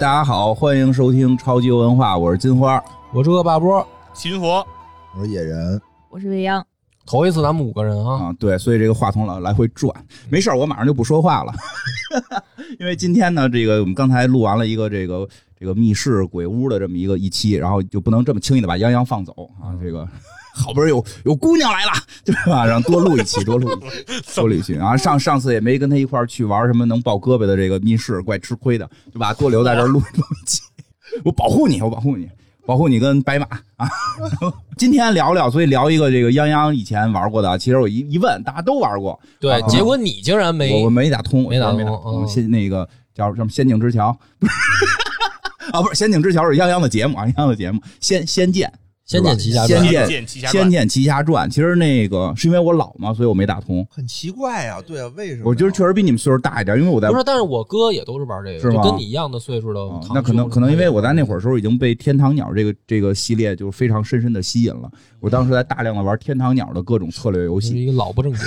大家好，欢迎收听超级文化，我是金花。我是恶霸波。秦佛，我说野人，我是未央，头一次咱们五个人啊，啊，对，所以这个话筒老来回转，没事儿，我马上就不说话了， 因为今天呢，这个我们刚才录完了一个这个这个密室鬼屋的这么一个一期，然后就不能这么轻易的把泱泱放走啊，嗯这个好不容易有有姑娘来了，对吧？然后多录一期，多录一期， 多录一期啊！上上次也没跟他一块儿去玩什么能抱胳膊的这个密室，怪吃亏的，对吧？多留在这儿录录一期，我保护你，我保护你。保护你跟白马啊！今天聊聊，所以聊一个这个泱泱以前玩过的啊。其实我一一问，大家都玩过，对啊，结果你竟然没我我没打通，我没打没打通通。嗯先那个叫什么《仙境之桥》 啊，不是《仙境之桥》是泱泱的节目啊，泱泱的节目《仙仙剑》仙剑奇侠仙传剑剑奇侠《传仙剑奇侠传》。其实那个是因为我老嘛，所以我没打通。很奇怪啊，对啊，为什么呀？我觉得确实比你们岁数大一点，因为我在不是，但是我哥也都是玩这个，是吗就跟你一样的岁数的啊堂兄。那可能可能因为我在那会儿时候已经被《天堂鸟》这个这个系列就非常深深的吸引了。我当时在大量的玩《天堂鸟》的各种策略游我是戏，一个老不正经，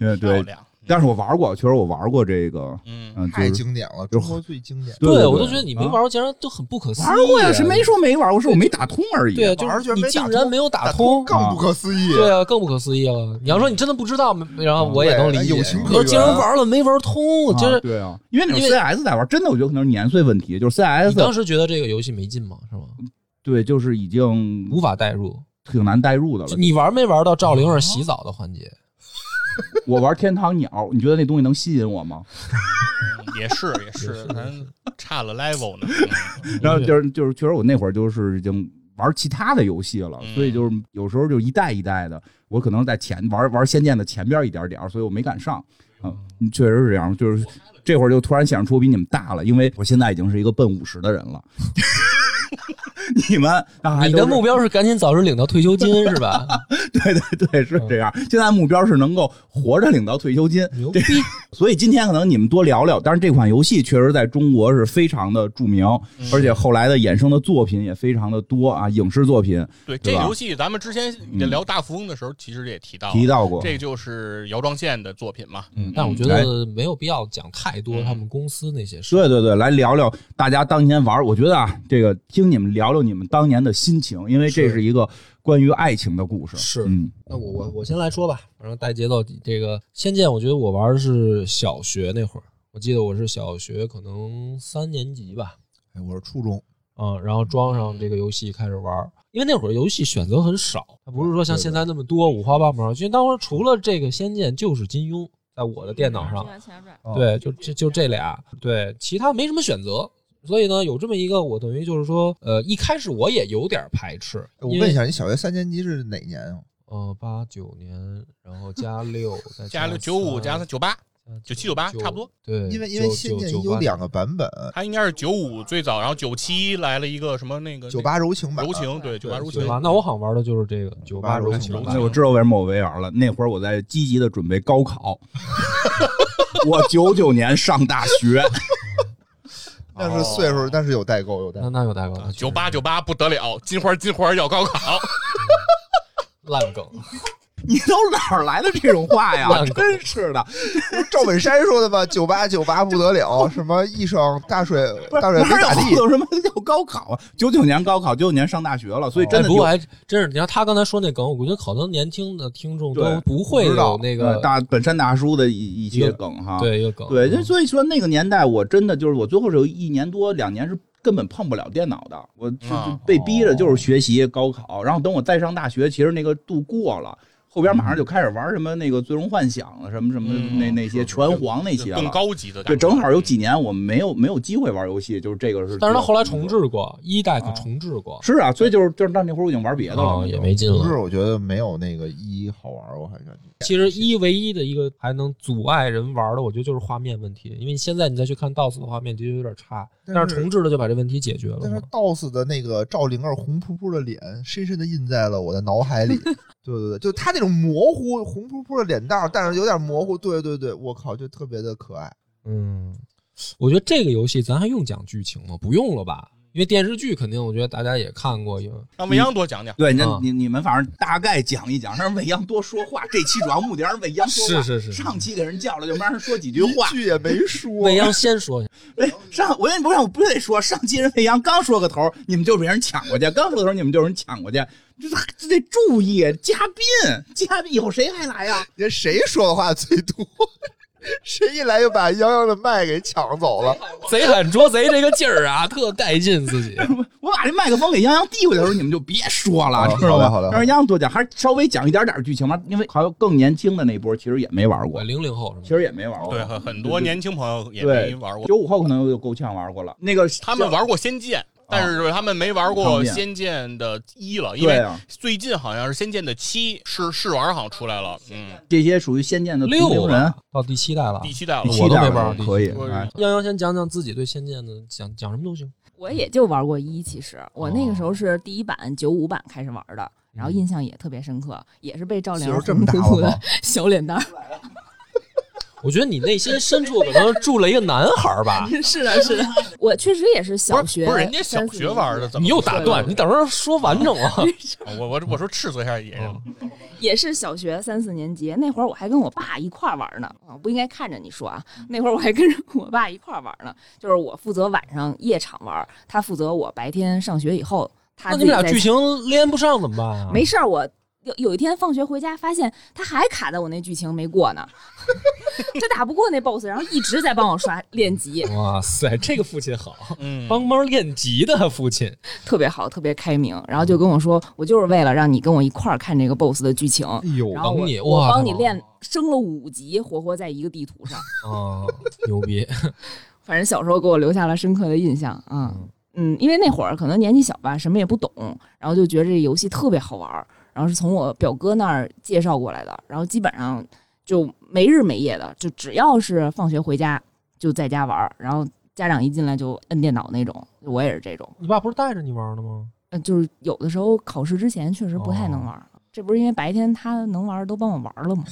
对嗯漂对。亮，但是我玩过，确实我玩过这个，嗯，嗯，就太是经典了，就中国最 经典。对对我都觉得你没啊玩，竟然就很不可思议。啊玩过呀，谁没说没玩过？是我没打通而已。哎对啊，就玩儿居是然你没打竟然没有打 通，更不可思议。对啊，更不可思议了。你要说你真的不知道，没然后我也能理哎解。有情你可说原。竟然玩了没玩通，就啊是对啊，因为那种因为 CS 在玩，真的我觉得可能是年岁问题，就是 CS 你当时觉得这个游戏没劲吗？是吗？对，就是已经无法代入。挺难代入的就了。你玩没玩到赵灵儿洗澡的环节？我玩天堂鸟，你觉得那东西能吸引我吗？也是也是，咱差了 level 呢。嗯然后就是就是，确实我那会儿就是已经玩其他的游戏了，嗯所以就是有时候就一代一代的，我可能在前玩玩《仙剑》的前边一点点儿，所以我没赶上。嗯，确实是这样，就是这会儿就突然想出我比你们大了，因为我现在已经是一个奔五十的人了。 你们那还你都的是目标是赶紧早日领到退休金是 吧？对对对，是这样。现在目标是能够活着领到退休金，牛这逼！所以今天可能你们多聊聊。但是这款游戏确实在中国是非常的著名，而且后来的衍生的作品也非常的多啊，影视作品对这对吧嗯游戏，咱们之前也聊大富翁的时候，其实也提到提到过。这就是姚庄宪的作品嘛。嗯但我觉哎得没有必要讲太多他们公司那些事。对对对，来聊聊大家当年玩儿。我觉得啊，这个听你们聊聊你们当年的心情，因为这是是一个关于爱情的故事。是嗯，那我我我先来说吧，反正带节奏。这个《仙剑》，我觉得我玩的是小学那会儿，我记得我是小学可能三年级吧，哎我是初中，嗯，然后装上这个游戏开始玩儿。因为那会儿游戏选择很少，它不是说像现在那么多五花八门。因为当时除了这个《仙剑》，就是金庸，在我的电脑上，哦对，就这就这俩，对，其他没什么选择。所以呢，有这么一个，我等于就是说，呃，一开始我也有点排斥。哎我因为问一下，你小学三年级是哪年啊？呃，八九年，然后加六，再加了三九五加九八九七九八差不。多，对，因为因为九仙九剑九有八两个版本，他应该是九五最早，然后九七来了一个什么那个九八柔情版，柔情，啊对九八柔情九八，那我好像玩的就是这个九八八柔柔情情吧那我知道为什么我没玩了。那会儿我在积极的准备高考， 我九九年上大学。 但是岁数，但是有代沟，有代那沟。那有代沟了，啊九八九八不得了，金花金花要高考，烂梗，嗯你都哪儿来的这种话 呀？烂梗真是的，赵本山说的吧，九八九八不得了，什么一声大水不是大水哪没咋地有，有什么叫高考啊？九九年高考，九九年上大学了，所以真哎的不过就还真是，你看他刚才说那梗，我觉得可能年轻的听众对都不会不知道有那呃个大本山大叔的一一一些个梗哈。对一个梗，对，就嗯所以说那个年代，我真的就是我最后是有一年多两年是根本碰不了电脑的，我就啊就被逼哦着就是学习高考，然后等我再上大学，其实那个度过了。后边马嗯上就开始玩什么那个《最终幻想》了，什么什么嗯那那些拳皇那些了，更高级的感觉，对，正好有几年我没有没有机会玩游戏，就是这个是。嗯但是他后来重置过，一代可重置过，是啊，所以就是就是到那会儿我已经玩别的了啊嘛，也就没劲不是，了。我觉得没有那个一好玩，我还感觉。其实一唯一的一个还能阻碍人玩的，我觉得就是画面问题，因为现在你再去看 DOS 的画面，的确有点差，但但是是重置了就把这问题解决了但是嘛。 DOS 的那个赵灵儿红扑扑的脸，深深的印在了我的脑海里。对对对，就她那种模糊红扑扑的脸蛋儿，但是有点模糊。对对对，我靠，就特别的可爱。嗯，我觉得这个游戏咱还用讲剧情吗？不用了吧？因为电视剧肯定我觉得大家也看过，有让未央多讲讲。对，那啊你你们反正大概讲一讲，让魏央多说话。这期主要目的让魏央说话。是是是是上期给人叫了，就让人说几句一话。句也没说。未央先说一下，哎，上我跟你不让我不得说，上期人魏阳刚说个头，你们就被人抢过去；刚说个头，你们就有人抢过去。这这得注意，嘉宾嘉宾以后谁还来呀、你看谁说的话最多？ 谁一来就把洋洋的麦给抢走了？ 贼喊捉贼这个劲儿啊，特带劲自己。我把这麦克风给杨洋递过去的时候，你们就别说了，好知道吧？哦好嘞好嘞好嘞让杨洋多讲，还是稍微讲一点点剧情吧，因为还有更年轻的那波其实也没玩 我过，零零后是吗其？实也没玩过。对，很很多年轻朋友也对没玩过，九五后可能就够呛玩过了。那个他们玩过《仙剑》，哦但是他们没玩过《仙剑》的一了，因对为啊，最近好像是《仙剑》的七试试玩好像出来了，嗯，这些属于仙剑的同六龄人啊了，到第七代了第。七代了第，我七都代没玩了过可以。我哎泱泱先讲讲自己对《仙剑》的，讲讲什么都行。我也就玩过一，其实我那个哦时候是第一版九五版开始玩的，嗯然后印象也特别深刻，也是被赵灵儿岁数这么红大扑扑了的吗 小脸蛋儿。我觉得你内心深处可能住了一个男孩儿 吧。是的，是的，我确实也是小不学是不是人家三小四学年玩级的，怎么你又打断，你等会儿说完整啊 了。我我我说斥责一下野哦人，也是小学三四年级那会儿，我还跟我爸一块儿玩呢。啊，不应该看着你说啊，嗯那会儿我还跟着我爸一块儿玩呢。就是我负责晚上夜场玩，他负责我白天上学以后，他那自你己们俩在剧情连不上怎么办啊？没事儿，我有有一天放学回家，发现他还卡在我那剧情没过呢， 他打不过那 boss，然后一直在帮我刷练级，哇塞，这个父亲好，嗯，帮忙练级的父亲。特别好，特别开明。然后就跟我说，我就是为了让你跟我一块儿看这个 boss 的剧情，哎呦，然后帮我你我哇帮你太好练升了五级，活活在一个地图上。 啊，牛逼！反正小时候给我留下了深刻的印象啊。嗯，因为那会儿可能年纪小吧，什么也不懂，然后就觉得这游戏特别好玩儿，然后是从我表哥那儿介绍过来的，然后基本上就没日没夜的，就只要是放学回家就在家玩儿，然后家长一进来就摁电脑那种，我也是这种， 你爸不是带着你玩的吗？嗯，就是有的时候考试之前确实不太哦能玩儿，这不是因为白天他能玩儿都帮我玩儿了吗？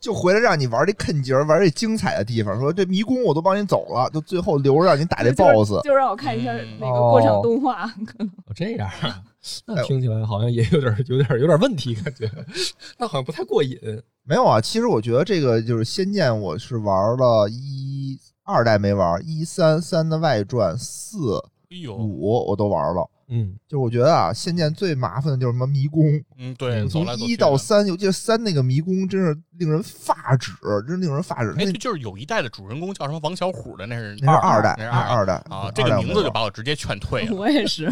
就回来让你玩这坑节儿，玩这精彩的地方。说这迷宫我都帮你走了，就最后留着让你打这 BOSS。就让我看一下嗯那个过场动画，哦，这样啊，那听起来好像也有点、有点、有点问题，感觉， 那好像不太过瘾。没有啊，其实我觉得这个就是《仙剑》，我是玩了一二代没玩，一三三的外传四哎呦，五我都玩了。嗯，就是我觉得啊，《仙剑》最麻烦的就是什么迷宫，嗯，对，走从来走去一的到，三，尤其是三那个迷宫，真是令人发指，真是令人发指。哎，那这就是有一代的主人公叫什么王小虎的，那是那是二代，那是那是二二代啊，这个名字就把我直接劝退了。我也是。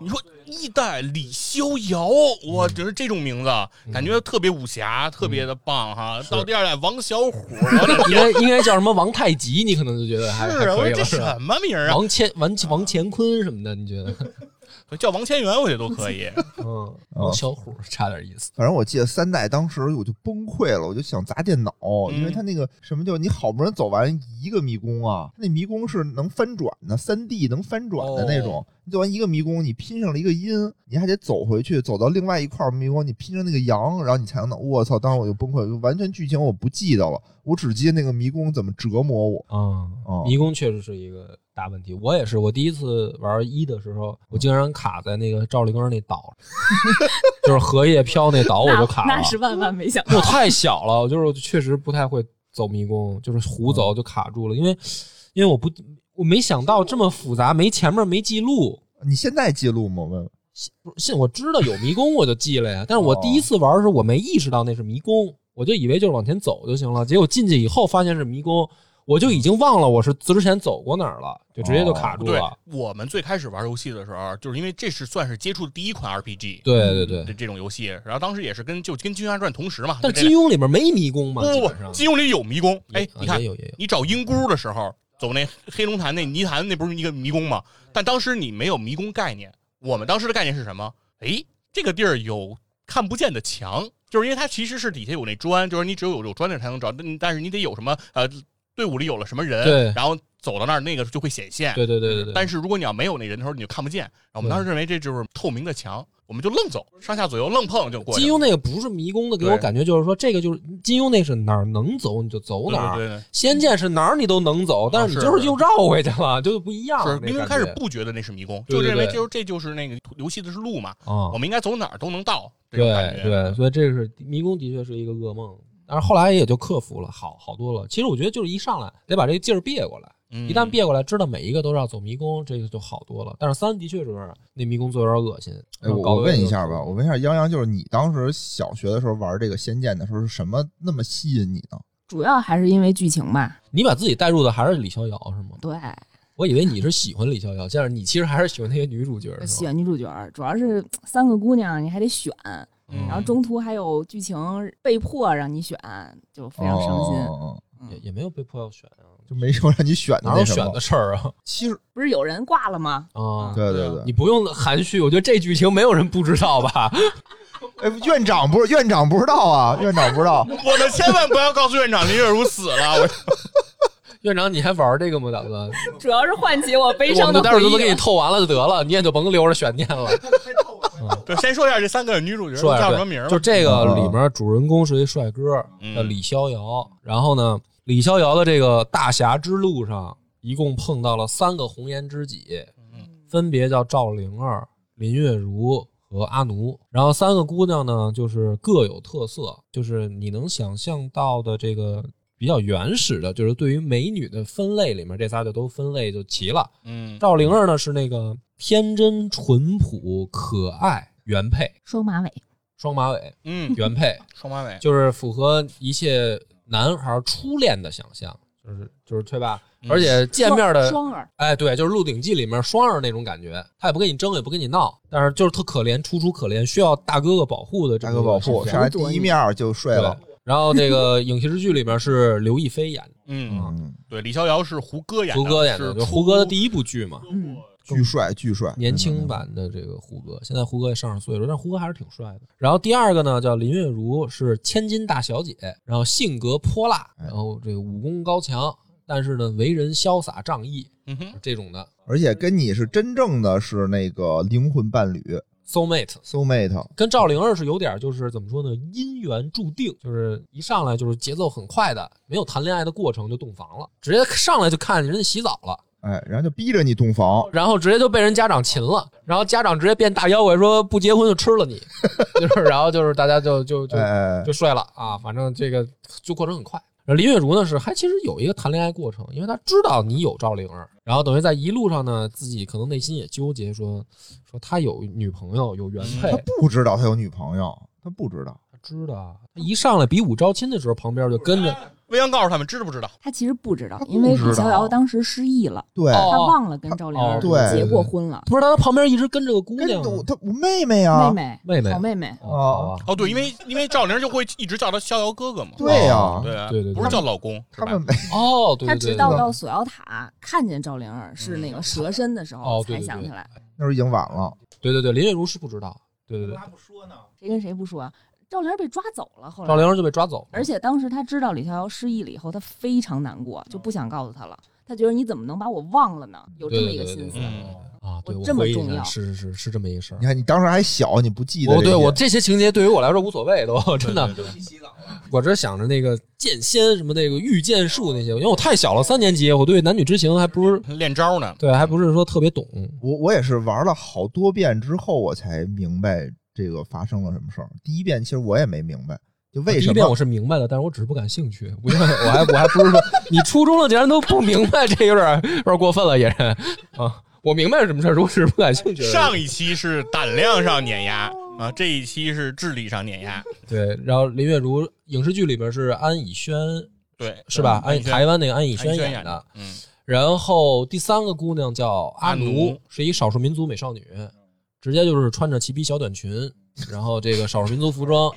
你说一代李逍遥，嗯我觉得这种名字感觉特别武侠，特别的棒嗯哈。到第二代王小虎， 我的应该应该叫什么王太极？你可能就觉得还是哎还啊，我可说以这了，是吧？什么名儿啊？王乾、王王乾坤什么的，你觉得？ 叫王千源，我觉得都可以。嗯，王小虎差点意思。反正我记得三代当时我就崩溃了，我就想砸电脑，因为它那个什么叫你好不容易走完一个迷宫啊，那迷宫是能翻转的，三 D 能翻转的那种。你走完一个迷宫，你拼上了一个阴，你还得走回去，走到另外一块迷宫，你拼上那个阳，然后你才能。我操！当时我就崩溃，就完全剧情我不记得了，我只记得那个迷宫怎么折磨我。嗯哦迷宫确实是一个大问题。我也是，我第一次玩一的时候，我竟然卡在那个赵丽根那岛， 就是荷叶飘那岛，我就卡那了那。是万万没 想我到，太小了，我就是确实不太会走迷宫，就是胡嗯走就卡住了，因为因为我不我没想到这么复杂，没前面没记录。你现在记录吗？问问。不是，我知道有迷宫我就记了呀，但是哦我第一次玩的时候我没意识到那是迷宫，我就以为就是往前走就行了。结果进去以后发现是迷宫，我就已经忘了我是之前走过哪儿了，就直接就卡住对了。，我们最开始玩游戏的时候，就是因为这是算是接触的第一款 RPG，对对对这这种游戏。然后当时也是跟就跟《金庸传》同时嘛，但就金这哦庸里面没迷宫嘛，不基不本不，上。金庸里有迷宫。哎，啊你看也，有也有，你找英姑的时候，走那黑龙潭那泥潭，那不是一个迷宫吗？但当时你没有迷宫概念，我们当时的概念是什么？哎，这个地儿有看不见的墙，就是因为它其实是底下有那砖，就是你只有有砖那儿才能找，但但是你得有什么呃队伍里有了什么对人，然后走到那儿，那个就会显现。对对对对对，但是如果你要没有那人的时候，你就看不见。然后我们当时认为这就是透明的墙，我们就愣走，上下左右愣碰就过去金了。庸那个不是迷宫的，给我对感觉就是说，这个就是金庸那是哪儿能走你就走哪儿，对对对仙剑是哪儿你都能走，但你是就是又绕回去了，就是不一样对，了是。那明明感开始觉不觉得那是迷宫，对对就认为对就是这就是那个游戏的是路嘛，啊我，们应该走哪儿都能到这种感觉。对嗯对，所以这是迷宫的确是一个噩梦，但是后来也就克服了，好好多了。其实我觉得就是一上来得把这个劲儿憋过来，嗯，一旦憋过来，知道每一个都是要走迷宫，这个就好多了。但是三的确是那迷宫做有点恶心。哎，我搞我得啊问有一点下吧，我问一下泱泱，就是你当时小学的时候玩这个《仙剑》的时候，是什么那么吸引你呢？主要还是因为剧情吧。呃你把自己带入的还是李逍遥是吗？对，我以为你是喜欢李逍遥，但是你其实还是喜欢那个女主角是吧？喜欢女主角儿，主要是三个姑娘你还得选，嗯然后中途还有剧情被迫让你选，就非常伤心。哦也也没有被迫要选啊，就没说让你选的哪那有什选么的。事儿啊？其实，不是有人挂了吗？ 啊，对对对啊对，你不用含蓄，我觉得这剧情没有人不知道吧？哎，院长不是院长不知道啊，院长不知道。我们千万不要告诉院长林月如死了， 我院长，你还玩这个吗？打算？主要是唤起我悲我伤们就的待会回儿就都给忆你。透完了就得了，你也就甭留着悬念了。对，先说一下这三个女主角说一下叫对什么名儿吧？就这个里面主人公是一帅哥，嗯叫李逍遥。然后呢，李逍遥的这个大侠之路上，一共碰到了三个红颜知己，嗯分别叫赵灵儿、林月如和阿奴。然后三个姑娘呢，就是各有特色，就是你能想象到的这个。比较原始的，就是对于美女的分类里面，这仨就都分类就齐了。嗯，赵灵儿呢是那个天真淳朴、可爱、原配，双马尾，双马尾，嗯，原配双马尾，就是符合一切男孩初恋的想象，就是就是对吧？嗯而且见面的，双双儿，哎，对，就是《鹿鼎记》里面双儿那种感觉，他也不跟你争，也不跟你闹，但是就是特可怜，楚楚可怜，需要大哥哥保护的这大么哥保一 护，个上来第一面就睡对了吧。？然后这个影视剧里面是刘亦菲演的，嗯，嗯，对，李逍遥是胡歌演的，胡歌演的，是就是胡歌的一，第一部剧嘛，嗯，巨帅巨帅，年嗯轻版的这个胡歌，现在胡歌也上了岁数，但是胡歌还是挺帅的。然后第二个呢，叫林月如，是千金大小姐，然后性格泼辣，哎然后这个武功高强，但是呢为人潇洒仗义嗯哼，这种的而且跟你是真正的是那个灵魂伴侣 soul mate。 soul mate。跟赵灵儿是有点，就是怎么说呢，姻缘注定，就是一上来就是节奏很快的，没有谈恋爱的过程就洞房了，直接上来就看人家洗澡了，哎，然后就逼着你洞房，然后直接就被人家长擒了，然后家长直接变大妖怪，说不结婚就吃了你， 就是然后就是大家就就就哎，就睡了啊。反正这个就过程很快。然后林月如呢是还其实有一个谈恋爱过程，因为她知道你有赵灵儿，然后等于在一路上呢，自己可能内心也纠结说， 说他有女朋友有原配，他不知道他有女朋友，他不知道。他知道，他一上来比武招亲的时候，旁边就跟着未央告诉他们知不知道？他其实不知道他，不因为知李逍道遥当时失忆了，对，哦他忘了跟赵灵哦儿对结过婚了，不是他旁边一直跟着个姑跟娘我他我妹妹啊，妹妹妹妹，好妹妹，哦好啊哦，对，因为因为赵灵就会一直叫他逍遥哥哥嘛，对呀，对啊 对对对不是叫老公，是他吧们没哦，对他对对直对，到对嗯到锁妖塔看见赵灵儿是那个蛇身的时哦候对才对想对起来，那时候已经晚了，对对对，林月如是不知道，对对对，不说呢？谁跟谁不说啊？赵灵儿被抓走了，后赵来，灵儿就被抓走了，而且当时他知道李逍遥失忆了以后，他非常难过，就不想告诉他了。他觉得你怎么能把我忘了呢？有这么一个心思对对对对。嗯啊，对我我这么回忆一重下要是是是是这么一个事儿你。看你当时还小，你不记得我这些。哦对我这些情节对于我来说无所谓都， 真的。对对我这想着那个剑仙什么那个御剑术那些，因为我太小了，三年级，我对男女之情还不是对练招呢，对，还不是说特别懂。我我也是玩了好多遍之后，我才明白这个发生了什么事儿。第一遍其实我也没明白，就为啊第什一遍我么是明白的，但是我只是不感兴趣，我因为我还我还不是说你初中了竟然都不明白，这有点有点过分了，也是啊。我明白是什么事儿，我只是不感兴趣而已。上一期是胆量上碾压啊，这一期是智力上碾压，对，然后林月如影视剧里边是安以轩对，是吧？嗯安安以轩台湾那个安以安轩轩演的的，，嗯，然后第三个姑娘叫阿阿奴奴，是一少数民族美少女，直接就是穿着齐膝小 短裙，然后这个少数民族服装，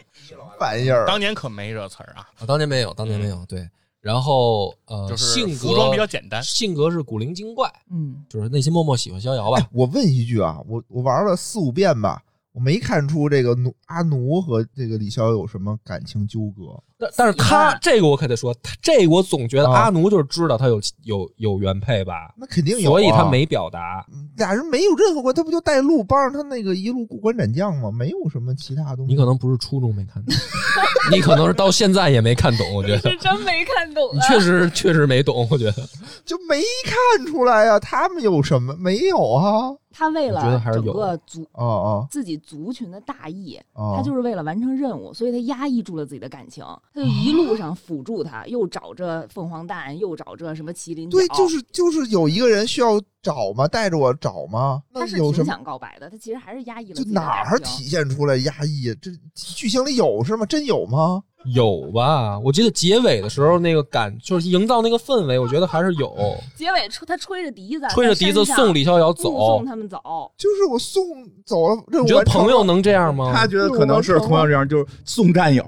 玩意儿？当年可没这词儿啊，啊，当年没有，当年没有，对。然后呃，嗯就是性格服装比较简单，性格是古灵精怪，嗯，哎就是内心默默喜欢逍遥吧。我问一句啊，我我玩了四五遍吧，我没看出这个奴阿奴和这个李逍遥有什么感情纠葛。但但是他这个我可得说，他这个我总觉啊得阿奴就是知道他有有有原配吧，那肯定有、啊，所以他没表达。嗯俩人没有任何关，他不就带路帮着他那个一路过关斩将吗？没有什么其他东西。你可能不是初中没看懂， 你可能是到现在也没看懂。我觉得 是真没看懂、啊，你确实确实没懂。我觉得就没看出来呀、啊，他们有什么没有啊？他为我觉得了还是整有个族哦哦自己族群的大义，哦，他就是为了完成任务，所以他压抑住了自己的感情，他就一路上辅助他，又找这凤凰蛋，又找这什么麒麟角，对，就是哦就是有一个人需要找吗？带着我找吗？那他是有什挺么？想告白的，他其实还是压抑了自就己的哪感儿体情。现出来压抑？这剧情里有是吗？真有吗？有吧？我记得结尾的时候那个感，就是营造那个氛围，我觉得还是有。结尾吹他吹着笛子，吹着笛子送礼李逍遥走啊送，他们走，就是我送走了任务你觉得完成朋友了能这样吗？他觉得可能是同样这样，就是送战友，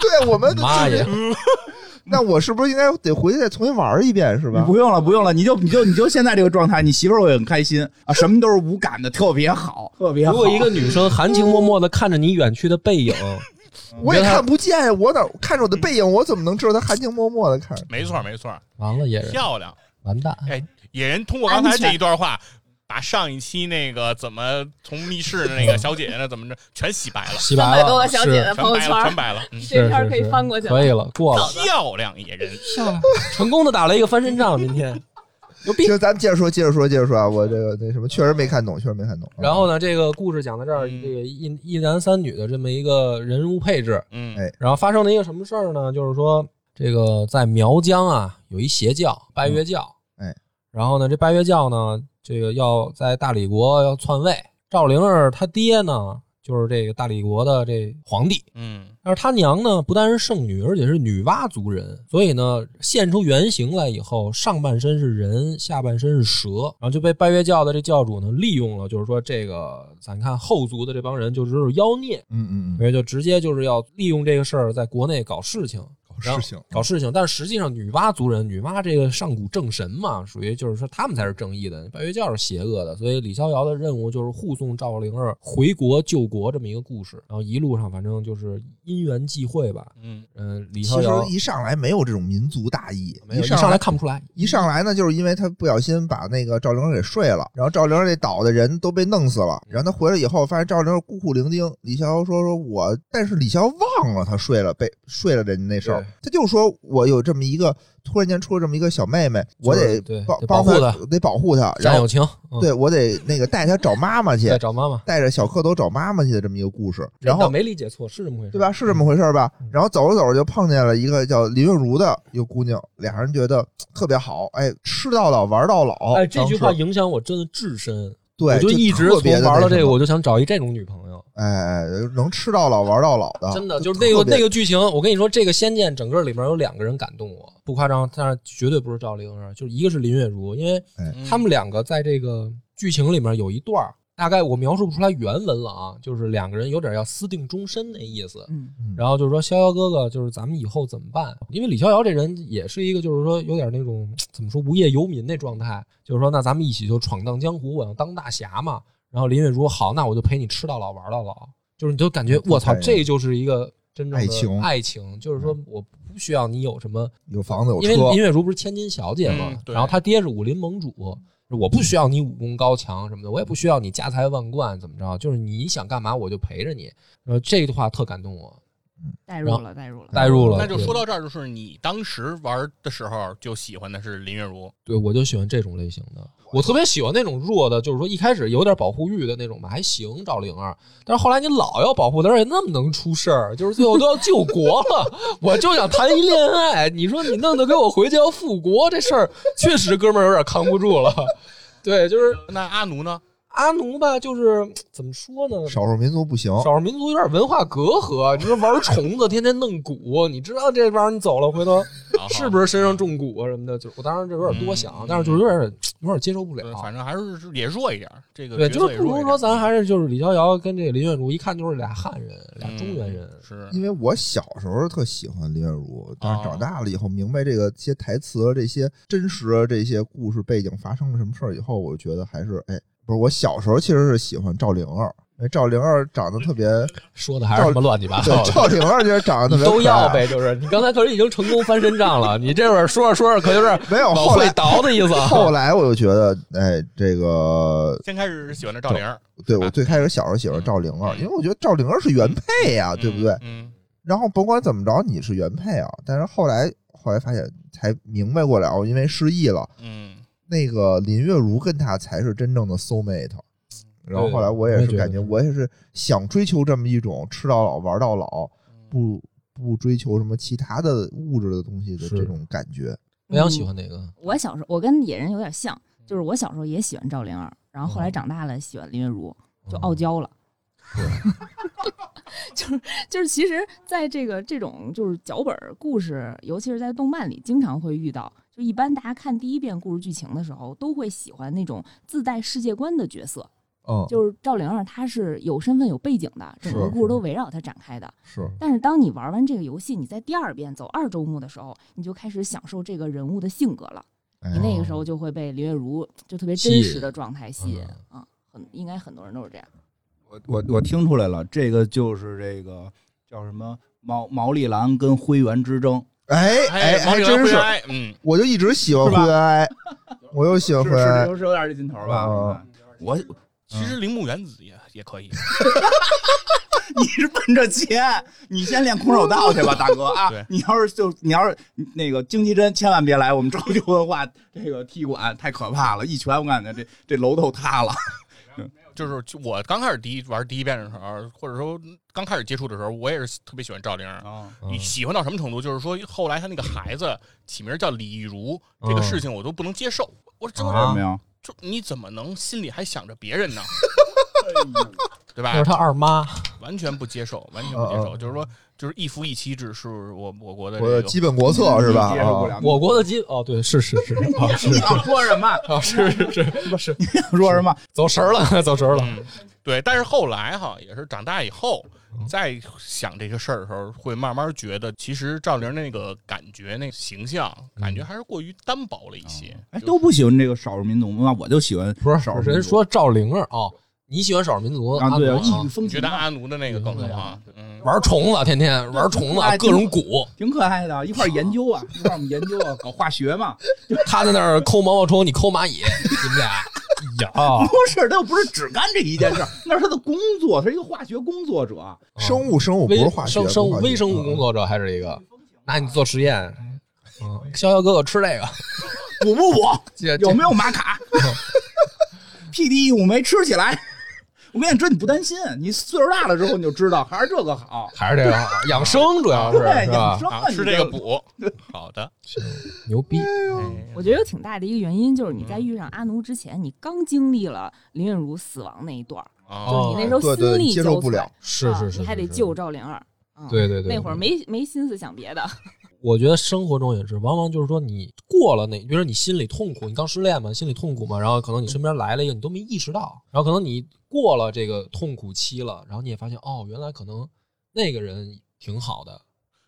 对我们 妈呀！那我是不是应该得回去再重新玩一遍，是你吧？ 不用了，不用了，你就你就你就现在这个状态，你媳妇儿会很开心啊，什么都是无感的，特别好， 特别好。如果一个女生含情脉脉的看着你远去的 背影，我也看不见呀，我哪看着我的背影，我怎么能知道他含情脉脉的看？没错没错，完了也是漂亮。完蛋。哎，野人通过刚才这一段话，把上一期那个怎么从密室的那个小姐姐那怎么着全洗白了，洗三白百多了，个是小姐的朋全白友圈了，全儿，白了。嗯，这片儿可以翻过去是是可以了，过了，漂亮野人，成功的打了一个翻身仗。今嗯天，牛逼！行，咱们接着说，接着说，接着说啊！我这个那什么，确实没看懂，确实没看懂。啊然后呢，这个故事讲到这儿，嗯这个一一男三女的这么一个人物配置，嗯哎然后发生了一个什么事儿呢？就是说，这个在苗疆啊，有一邪教拜月教，嗯哎，然后呢，这拜月教呢，这个要在大理国要篡位，赵灵儿她爹呢，就是这个大理国的这皇帝，嗯但是他娘呢，不但是圣女，而且是女娲族人，所以呢，现出原形来以后，上半身是人，下半身是蛇，然后就被拜月教的这教主呢利用了，就是说这个咱看后族的这帮人就只有妖孽，嗯嗯所以就直接就是要利用这个事儿在国内搞事情。然后事情搞事情，但是实际上女娲族人，女娲这个上古正神嘛，属于就是说他们才是正义的，拜月教是邪恶的，所以李逍遥的任务就是护送赵灵儿回国救国这么一个故事。然后一路上反正就是因缘际会吧，嗯，嗯、李其逍实遥一上来没有这种民族大义，没有一上上来看不出来，一上来呢，就是因为他不小心把那个赵灵儿给睡了，然后赵灵儿这岛的人都被弄死了。然后他回来以后，发现赵灵儿孤苦伶仃。李逍遥说：“说我，但是李逍遥忘了他睡了，被睡了人家那事儿对。他就说我有这么一个，突然间出了这么一个小妹妹，我就是得对帮得帮保护她她，得保护她。然战后友情，嗯、对我得那个带她找妈妈去对，，找妈妈。带着小蝌蚪找妈妈去的这么一个故事。然后倒没理解错，是这么回事，对吧？是这么回事儿吧？嗯然后走着走着就碰见了一个叫林月如的一个姑娘，俩人觉得嘖特别好，哎，吃到老玩到老。哎，这句话当时影响我真的至深，对，我就一直特从别的玩到这那什个，么我就想找一这种女朋友。哎，能吃到老玩到老的，真的就是那个啊特别那个剧情，我跟你说，这个《仙剑》整个里面有两个人感动我，不夸张，但是绝对不是赵灵儿，就是一个是林月如，因为他们两个在这个剧情里面有一段儿，大概我描述不出来原文了啊，就是两个人有点要私定终身那意思。嗯，然后就是说，逍遥哥哥，就是咱们以后怎么办？因为李逍遥这人也是一个，就是说有点那种怎么说无业游民那状态，就是说那咱们一起就闯荡江湖，我要当大侠嘛。然后林月如好，那我就陪你吃到老玩到老，就是你就感觉嗯我操，太这就是一个真正的爱情爱情就是说我不需要你有什么，有房子有因为林车，月如不是千金小姐嘛嗯，对然后她爹是武林盟主。我不需要你武功高强什么的，我也不需要你家财万贯怎么着，就是你想干嘛我就陪着你。呃，这句话特感动我，代入了，代嗯入了。代入了。那就对说到这儿，就是你当时玩的时候就喜欢的是林月如，对，我就喜欢这种类型的。我特别喜欢那种弱的，就是说一开始有点保护欲的那种吧，还行赵灵儿。但是后来你老要保护她，而且那么能出事儿，就是最后都要救国了， 我就想谈一恋爱。你说你弄得给我回去要复国这事儿，确实哥们儿有点扛不住了。对，就是那阿奴呢？阿奴吧，就是怎么说呢？少数民族不行。少数民族有点文化隔阂，你说玩虫子，天天弄蛊，你知道这玩意儿你走了，回头好好是不是身上中蛊啊什么的？就我当然这有点多想，嗯但是就是有点有点接受不了。对反正还是是也弱一点儿，这个对，角就色是也不弱如一说点咱儿还是就是李逍遥跟这个林月如，一看就是俩汉人，俩中原人。嗯是因为我小时候特喜欢林月如，但是哦啊长大了以后明白这个些台词、啊这些真实、啊这些故事背景发生了什么事儿以后，我觉得还是哎，不是我小时候其实是喜欢赵灵儿，哎，赵灵儿长得特别，说的还是什么乱七八糟对，的。赵灵儿其实长得特你别啊哦都可爱要呗，就是你刚才可是已经成功翻身仗了，你这会儿说着说着可有点没有往后会来。倒的意思啊。后来我就觉得，哎，这个先开始是喜欢的赵灵儿，对我最开始小时候喜欢赵灵儿，因为我觉得赵灵儿是原配呀、啊对不对？嗯，然后甭管怎么着，你是原配啊。但是后来后来发现才明白过来，哦，因为失忆了，嗯嗯，那个林月如跟他才是真正的 soul mate。然后后来我也是感觉，对对我也是想追求这么一种吃到老玩到老，嗯不不追求什么其他的物质的东西的是这种感觉。我想喜欢哪个？我小时候，我跟野人有点像，就是我小时候也喜欢赵灵儿，然后后来嗯长大了喜欢林月如，就傲娇了。 就是就是，其实在这个这种就是脚本儿故事，尤其是在动漫里，经常会遇到。就一般大家看第一遍故事剧情的时候，都会喜欢那种自带世界观的角色。嗯，就是赵灵儿，她是有身份有背景的，整个是故事都围绕她展开的。是但是当你玩完这个游戏，你在第二遍走二周目的时候，你就开始享受这个人物的性格了。哎你呀那个时候就会被林月如就特别吸真引实的状态吸引嗯啊，很应该很多人都是这样。我我我听出来了，这个就是这个叫什么毛毛利兰跟灰原之争，哎哎，王还力真宏是，哎嗯，我就一直喜欢是吧灰原哀，我又喜欢是灰是原哀是是有点这劲头吧？哦我其嗯实铃木原子也也可以，你是奔着钱，你先练空手道去吧，大哥啊对！你要是就你要是那个京崎真，千万别来我们中秋文化这个踢馆，太可怕了，一拳我感觉这这楼都塌了。就是就我刚开始第一玩第一遍的时候，或者说刚开始接触的时候，我也是特别喜欢赵灵儿。嗯你喜欢到什么程度？就是说，后来他那个孩子起名叫李如，这个嗯事情我都不能接受。我我真的看啊见没有？就你怎么能心里还想着别人呢？对那是吧？他二妈，完全不接受，完全不接嗯受。嗯就是说，就是一夫一妻制是我我国的我的这个基本国策是吧？嗯你接受不啊了。我国的基哦，对，是是是，哦是你想说什么？ 哦是是是是，说什么？走神儿了，走神儿了。嗯， 对。但是后来哈，也是长大以后，嗯再想这个事儿的时候，会慢慢觉得，其实赵灵那个感觉、那个形象，感嗯觉还是过于单薄了一些。哦哎，就都不喜欢这个少数民族文化，我就喜欢不是少数民族人说赵灵儿哦，你喜欢少数民族啊，对阿啊，奴异域风情你觉嘛得，阿奴的那个更好啊？嗯，玩虫子，天天玩虫子哎，各种蛊。挺可爱的，一块儿研究哦啊，一块儿我们研究啊，搞化学嘛。 他在那儿抠毛毛虫，你抠蚂蚁，你们俩。哎 呀，不是，他又不是只干这一件事儿，那是他的工作，他是一个化学工作者。啊生物生物不微是化学，生生物不是化学嗯微生物工。作者还是一个，那你做实验。嗯，逍遥哥哥吃这个， 补不补？这 有没有玛卡？PD 一五酶吃起来。我跟你说，你不担心，你岁数大了之后你就知道，还是这个好。还是这个养生，主要是对，养是吧？生啊，吃这个补，好的。牛逼，哎我觉得有挺大的一个原因就是你在遇上阿奴之前，你刚经历了林月如死亡那一段儿，哦啊，你那时候对心对力接交受瘁，不了是啊是是，你还得是是救赵灵儿。嗯对对对，那会儿对没没心思想别的，我觉得生活中也是，往往就是说你过了那，比如说你心里痛苦，你刚失恋嘛，心里痛苦嘛，然后可能你身边来了一个你都没意识到，然后可能你过了这个痛苦期了，然后你也发现哦，原来可能那个人挺好的，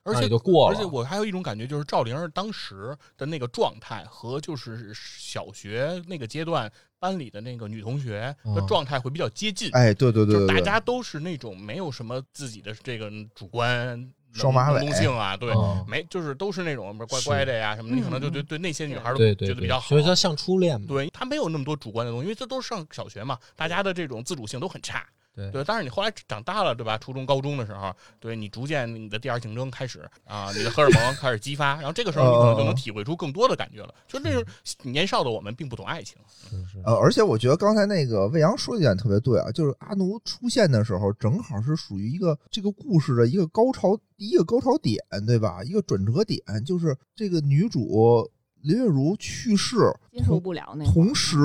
而那且也就过了。而且我还有一种感觉，就是赵灵儿当时的那个状态和就是小学那个阶段班里的那个女同学的嗯状态会比较接近。哎，对对对就是对，大对家都是那种没有什么自己的这个主观双马尾能动性啊，对，嗯没就是都是那种什么乖是乖的呀什么的，你可能就嗯对对那些女孩儿觉对对得比较对，好所以。叫像初恋嘛。对她没有那么多主观的东西，因为这都是上小学嘛，大家的这种自主性都很差。对对，但是你后来长大了，对吧？初中、高中的时候，对你逐渐你的第二性征开始啊，你的荷尔蒙开始激发，然后这个时候你可能就能体会出更多的感觉了。就那嗯种年少的我们并不懂爱情，是是呃，而且我觉得刚才那个魏阳说的一点特别对啊，就是阿奴出现的时候，正好是属于一个这个故事的一个高潮，一个高潮点，对吧？一个转折点，就是这个女主林月如去世，接受不了那会儿同时，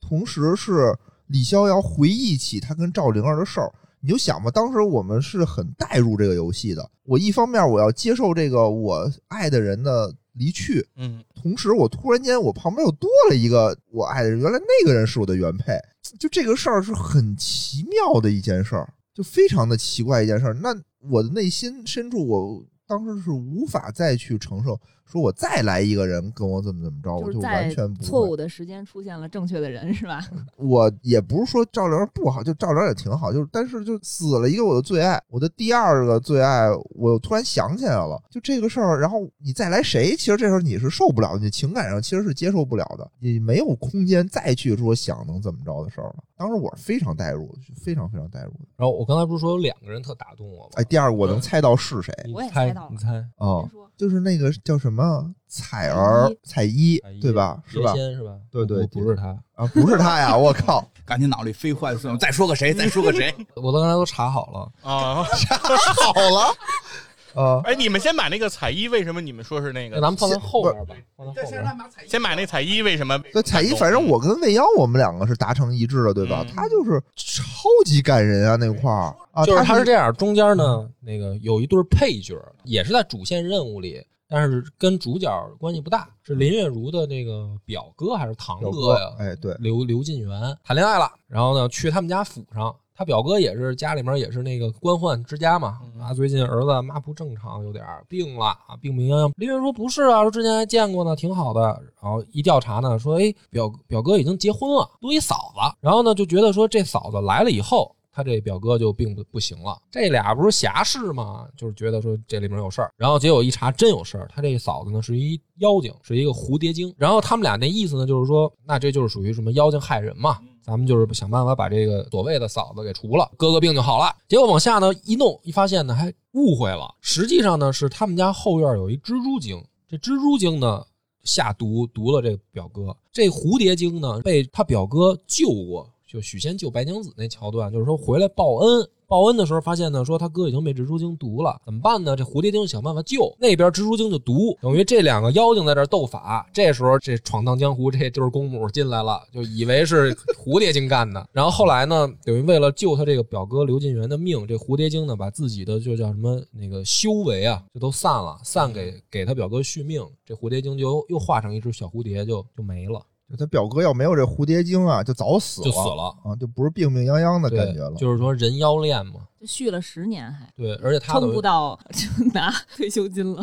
同时是李逍遥回忆起他跟赵灵儿的事儿。你就想吧，当时我们是很带入这个游戏的。我一方面我要接受这个我爱的人的离去。嗯，同时，我突然间我旁边又多了一个我爱的人，原来那个人是我的原配。就这个事儿是很奇妙的一件事儿，就非常的奇怪一件事儿。那我的内心深处，我当时是无法再去承受，说我再来一个人跟我怎么怎么着，我就是就在完全不会错误的时间出现了正确的人，是吧？我也不是说赵良不好，就赵良也挺好，就是但是就死了一个我的最爱，我的第二个最爱，我突然想起来了，就这个事儿，然后你再来谁，其实这时候你是受不了的，你情感上其实是接受不了的，你没有空间再去说想能怎么着的事儿了。啊当时我是非常代入，非常非常代入 的。然后我刚才不是说有两个人特打动我吗？哎，第二个我能猜到是谁你我也猜猜到了你猜，啊、先说就是那个叫什么彩儿彩衣哎对吧？是吧原？先是吧？对对不不是他，啊，不是他呀！我靠，赶紧脑里飞快速，再说个谁，再说个谁，我都刚才都查好了，啊， 好了啊！哎，你们先买那个彩衣，为什么你们说是那那个咱？们放在后边吧，放在后边。先买那彩衣，为什么？对彩衣，反正我跟未央我们两个是达成一致的，对吧？嗯他就是超级感人啊，那块儿啊，就是他他是这样，中间呢，那个有一对配角，也是在主线任务里，但是跟主角关系不大，是林月如的那个表哥还是堂表哥哥呀？哎，对，刘刘进元谈恋爱了，然后呢去他们家府上，他表哥也是家里面也是那个官宦之家嘛，嗯啊，最近儿子妈不正常，有点儿病了啊，病病殃殃。林月说不是啊，说之前还见过呢，挺好的。然后一调查呢，说哎表表哥已经结婚了，多一嫂子。然后呢就觉得说这嫂子来了以后。他这表哥就并不不行了，这俩不是侠士吗？就是觉得说这里面有事儿，然后结果一查真有事儿。他这嫂子呢是一妖精，是一个蝴蝶精。然后他们俩那意思呢就是说，那这就是属于什么妖精害人嘛，咱们就是想办法把这个所谓的嫂子给除了，哥哥病就好了。结果往下呢一弄，一发现呢还误会了，实际上呢是他们家后院有一蜘蛛精，这蜘蛛精呢下毒毒了这表哥，这蝴蝶精呢被他表哥救过，就许仙救白娘子那桥段，就是说回来报恩。报恩的时候发现呢，说他哥已经被蜘蛛精毒了，怎么办呢？这蝴蝶精想办法救，那边蜘蛛精就毒，等于这两个妖精在这儿斗法。这时候这闯荡江湖这对公母进来了，就以为是蝴蝶精干的。然后后来呢，等于为了救他这个表哥刘进元的命，这蝴蝶精呢把自己的就叫什么那个修为啊，就都散了，散给给他表哥续命。这蝴蝶精就又化成一只小蝴蝶就就没了，就他表哥要没有这蝴蝶精啊，就早死了，就死了。啊，就不是病病殃殃的对，感觉了。就是说人妖恋嘛。就续了十年还。对，而且他撑等于不到 就拿退休金了，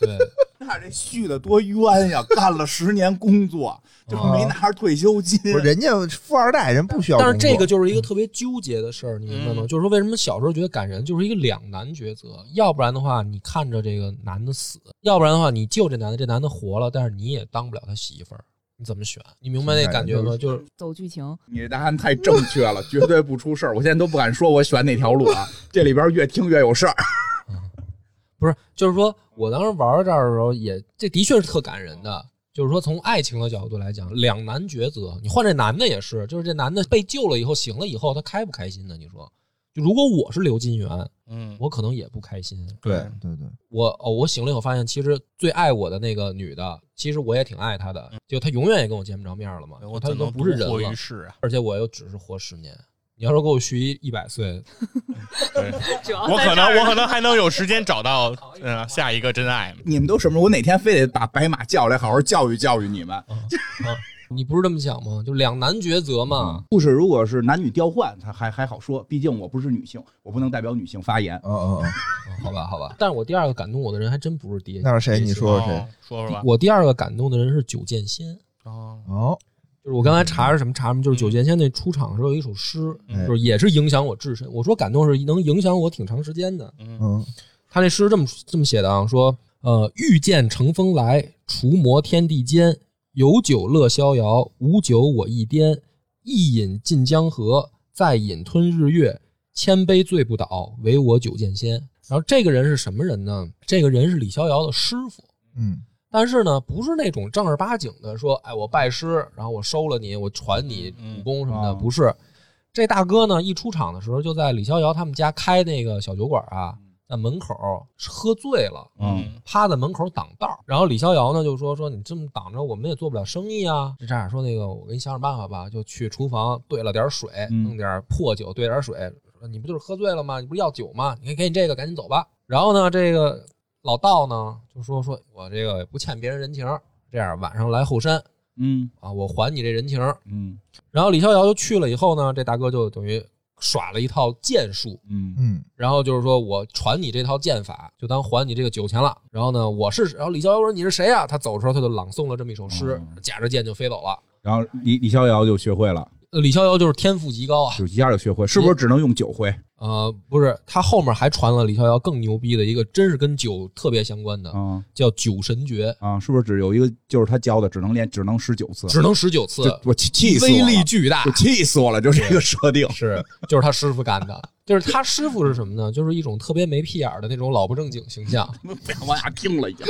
对那这续的多冤呀！干了十年工作，就没拿着退休金，不是人家富二代，人不需要工但作。嗯是这个就是一个特别纠结的事儿，你明白吗？嗯就是说，为什么小时候觉得感人，就是一个两难抉择。要不然的话，你看着这个男的死；要不然的话，你救这男的，这男的活了，但是你也当不了他媳妇儿，你怎么选？你明白那感觉吗？就是走剧情。 你这答案太正确了，绝对不出事儿。我现在都不敢说我选哪条路 啊，这里边越听越有事儿。不是，就是说我当时玩到这儿的时候也，这的确是特感人的。就是说，从爱情的角度来讲，两难抉择。你换这男的也是，就是这男的被救了以后，醒了以后，他开不开心呢？你说，就如果我是刘金元，嗯，我可能也不开心。对对对，我哦，我醒了以后发现，其实最爱我的那个女的，其实我也挺爱她的，就她永远也跟我见不着面了嘛，嗯哎我她怎都能不是人独活于了，世 啊？而且我又只是活十年。你要说给我续一百岁，对主要我在可这能儿我可能还能有时间找到嗯下一个真爱。你们都什么时候？我哪天非得把白马叫来，好好教育教育你们。你不是这么想吗？就两难抉择嗯嘛。故事如果是男女调换，它还还好说，毕竟我不是女性，我不能代表女性发言。嗯嗯嗯，嗯好吧，好吧。但是我第二个感动我的人还真不是爹，啊那是谁？你说说谁？哦说说吧。我第二个感动的人是九剑仙，哦，哦，就是我刚嗯才查是什么查什么，就是九剑仙那出场的时候有一首诗，嗯就是也是影响我至深。我说感动是能影响我挺长时间的，嗯嗯，他那诗这么这么写的啊，说呃，欲见乘风来，除魔天地间。有酒乐逍遥，无酒我亦颠。一饮尽江河，再饮吞日月。千杯醉不倒，唯我酒剑仙。然后这个人是什么人呢？这个人是李逍遥的师傅。嗯，但是呢，不是那种正儿八经的说，哎，我拜师，然后我收了你，我传你嗯武功什么的，啊不是。这大哥呢，一出场的时候就在李逍遥他们家开那个小酒馆啊，在门口喝醉了，嗯趴在门口挡道儿。然后李逍遥呢就说说你这么挡着，我们也做不了生意啊。这样说那个，我给你想想办法吧，就去厨房兑了点水，嗯弄点破酒兑点水。说你不就是喝醉了吗？你不是要酒吗？你可以给你这个，赶紧走吧。然后呢，这个老道呢就说说我这个也不欠别人人情，这样晚上来后山嗯啊，我还你这人情。嗯然后李逍遥就去了以后呢，这大哥就等于耍了一套剑术，嗯嗯，然后就是说我传你这套剑法，就当还你这个酒钱了。然后呢，我是，然后李逍遥说你是谁啊？他走的时候他就朗诵了这么一首诗，哦夹着剑就飞走了。然后李李逍遥就学会了，呃李逍遥就是天赋极高啊，就一下就学会，是不是只能用酒会？呃，不是，他后面还传了李逍遥更牛逼的一个，真是跟酒特别相关的，啊叫酒神诀，啊，是不是只有一个？就是他教的，只能练，只能十九次，只能十九次，这我气气死威我力了，巨大我。气死我了，就这个设 定。是，就是他师傅干的，就是他师傅是什么呢？就是一种特别没屁眼儿的那种老不正经形象，被往下听了已经。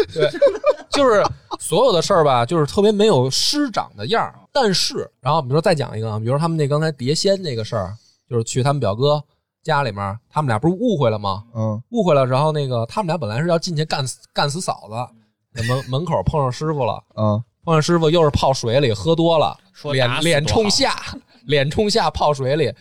就是所有的事儿吧，就是特别没有师长的样儿。但是，然后比如说再讲一个啊，比如说他们那刚才碟仙那个事儿，就是去他们表哥家里面，他们俩不是误会了吗？嗯，误会了，然后那个他们俩本来是要进去干死干死嫂子，门门口碰上师傅了，嗯，碰上师傅又是泡水里，喝多了，说打脸死脸多冲好下，脸冲下泡水里。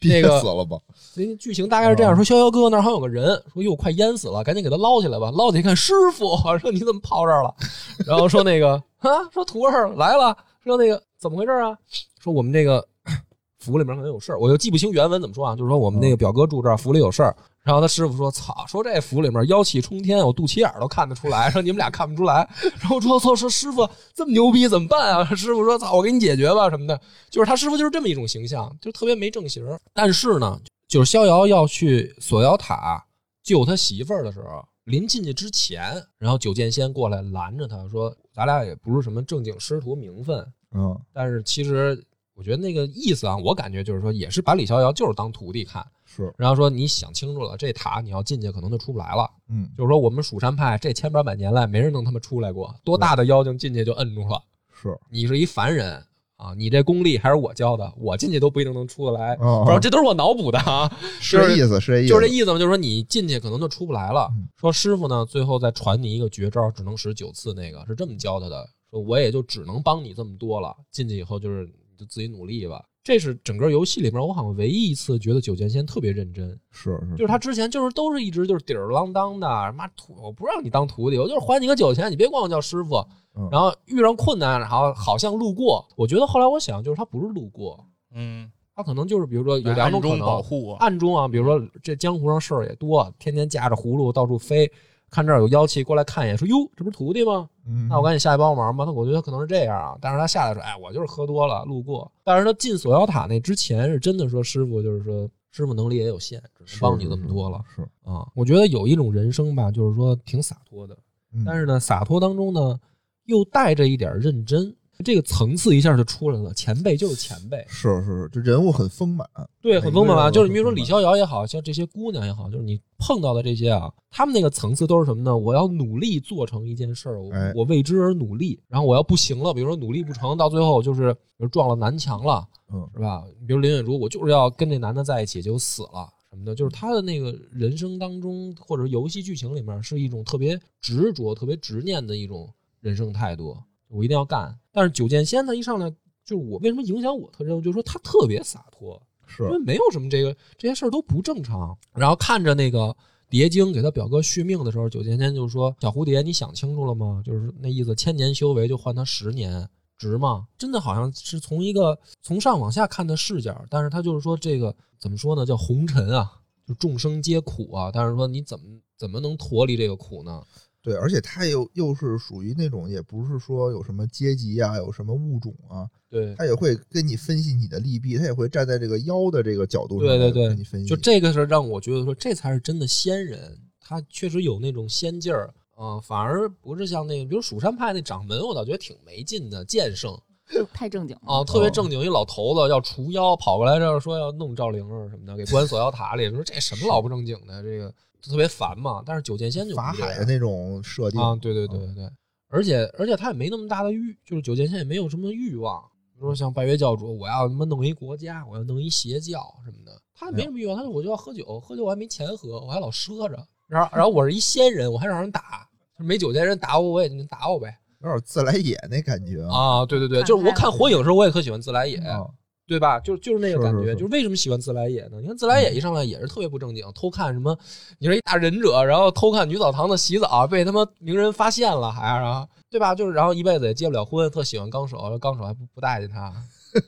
憋那个死了吧？所以剧情大概是这样：说逍遥哥那儿好像有个人，说哟快淹死了，赶紧给他捞起来吧。捞起来一看，师傅，说你怎么泡这儿了？ 然后说那个啊，说徒儿来了，说那个怎么回事啊？说我们这个 府里面可能有事儿，我又记不清原文怎么说啊，就是说我们那个表哥住这儿，府里有事儿。然后他师傅说：“操，说这府里面妖气冲天，我肚脐眼儿都看得出来。说你们俩看不出来。” 然后说：“操，说师傅这么牛逼怎么办啊？” 师傅说：“操，我给你解决吧什么的。”就是他师傅就是这么一种形象，就特别没正形儿。但是呢，就是逍遥要去锁妖塔救他媳妇儿的时候，临进去之前，然后九剑仙过来拦着他说：“咱俩也不是什么正经师徒名分，嗯，但是其实我觉得那个意思啊，我感觉就是说，也是把李逍遥就是当徒弟看，是，然后说你想清楚了，这塔你要进去可能就出不来了。嗯，就是说我们蜀山派这千八百年来没人能他妈出来过，多大的妖精进去就摁住了，是，你是一凡人。”啊，你这功力还是我教的，我进去都不一定能出得来。哦哎不是，这都是我脑补的啊，是这意思，是这意思，就是这意思嘛，就是说你进去可能就出不来了嗯。说师傅呢，最后再传你一个绝招，只能使九次，那个是这么教他的。说我也就只能帮你这么多了，进去以后就是你就自己努力吧。这是整个游戏里面我好像唯一一次觉得九剑仙特别认真，是是，就是他之前就是都是一直就是底儿啷当的，妈徒我不让你当徒弟，我就是还你个酒钱，你别管我叫师傅嗯。然后遇上困难，然后好像路过，我觉得后来我想就是他不是路过，嗯，他可能就是比如说有两暗种可中能，保护啊，暗中啊，比如说这江湖上事儿也多，天天架着葫芦到处飞，看这儿有妖气过来看一眼，说哟，这不是徒弟吗？嗯，那我赶紧下去帮忙吧。那我觉得可能是这样啊，但是他下来说，哎，我就是喝多了路过。但是他进锁妖塔那之前是真的说，师傅就是说，师傅能力也有限，只能是帮你这么多了，是，是啊。我觉得有一种人生吧，就是说挺洒脱的，嗯但是呢，洒脱当中呢又带着一点认真。这个层次一下就出来了，前辈就是前辈，是是，是这人物很丰满，对，很丰满吧？每个人都就是你比如说很丰满李逍遥也好像这些姑娘也好，就是你碰到的这些啊，他们那个层次都是什么呢？我要努力做成一件事儿，我哎我为之而努力，然后我要不行了，比如说努力不成，到最后就是比如撞了南墙了，嗯，是吧？比如林月如，我就是要跟这男的在一起，结果死了。什么的，就是他的那个人生当中，或者游戏剧情里面，是一种特别执着、特别执念的一种人生态度。我一定要干。但是九剑仙他一上来就是我为什么影响我特深，就是说他特别洒脱，是因为没有什么这个这些事儿都不正常。然后看着那个蝶精给他表哥续命的时候，九剑仙就说：“小蝴蝶，你想清楚了吗？就是那意思，千年修为就换他十年。”值吗？真的好像是从一个从上往下看的视角，但是他就是说这个怎么说呢，叫红尘啊，就众生皆苦啊。但是说你怎么怎么能脱离这个苦呢？对，而且他又又是属于那种，也不是说有什么阶级啊，有什么物种啊，对，他也会跟你分析你的利弊，他也会站在这个妖的这个角度上对对来对跟你分析。就这个事儿让我觉得说，这才是真的仙人，他确实有那种仙劲儿，嗯、反而不是像那个，比如蜀山派那掌门，我倒觉得挺没劲的，剑圣就太正经了。啊、哦特别正经一老头子要除妖，跑过来这儿说要弄赵灵儿什么的，给关锁妖塔里，说这什么老不正经的，这个就特别烦嘛。但是九剑仙就不法这样海的那种设定啊，对对对对对，而且而且他也没那么大的欲，就是九剑仙也没有什么欲望。比如说像拜月教主，我要他妈弄一国家，我要弄一邪教什么的，他也没什么欲望，他说我就要喝酒，喝酒我还没钱喝，我还老赊着，然后然后我是一仙人，我还让人打，就是没九剑人打我，我也就打我呗。有点自来也那感觉。啊，对对对，看就是我开看了火影的时候，我也特喜欢自来也，啊对吧？就嗯就是那个感觉，是是是就是为嗯什么喜欢自来也呢？你看自来也一上来也是特别不正经，偷看什么？你说一大忍者，然后偷看女澡堂子洗澡，被他妈名人发现了，还是啊，对吧？就是然后一辈子也结不了婚，特喜欢纲手，纲手还不不待见他。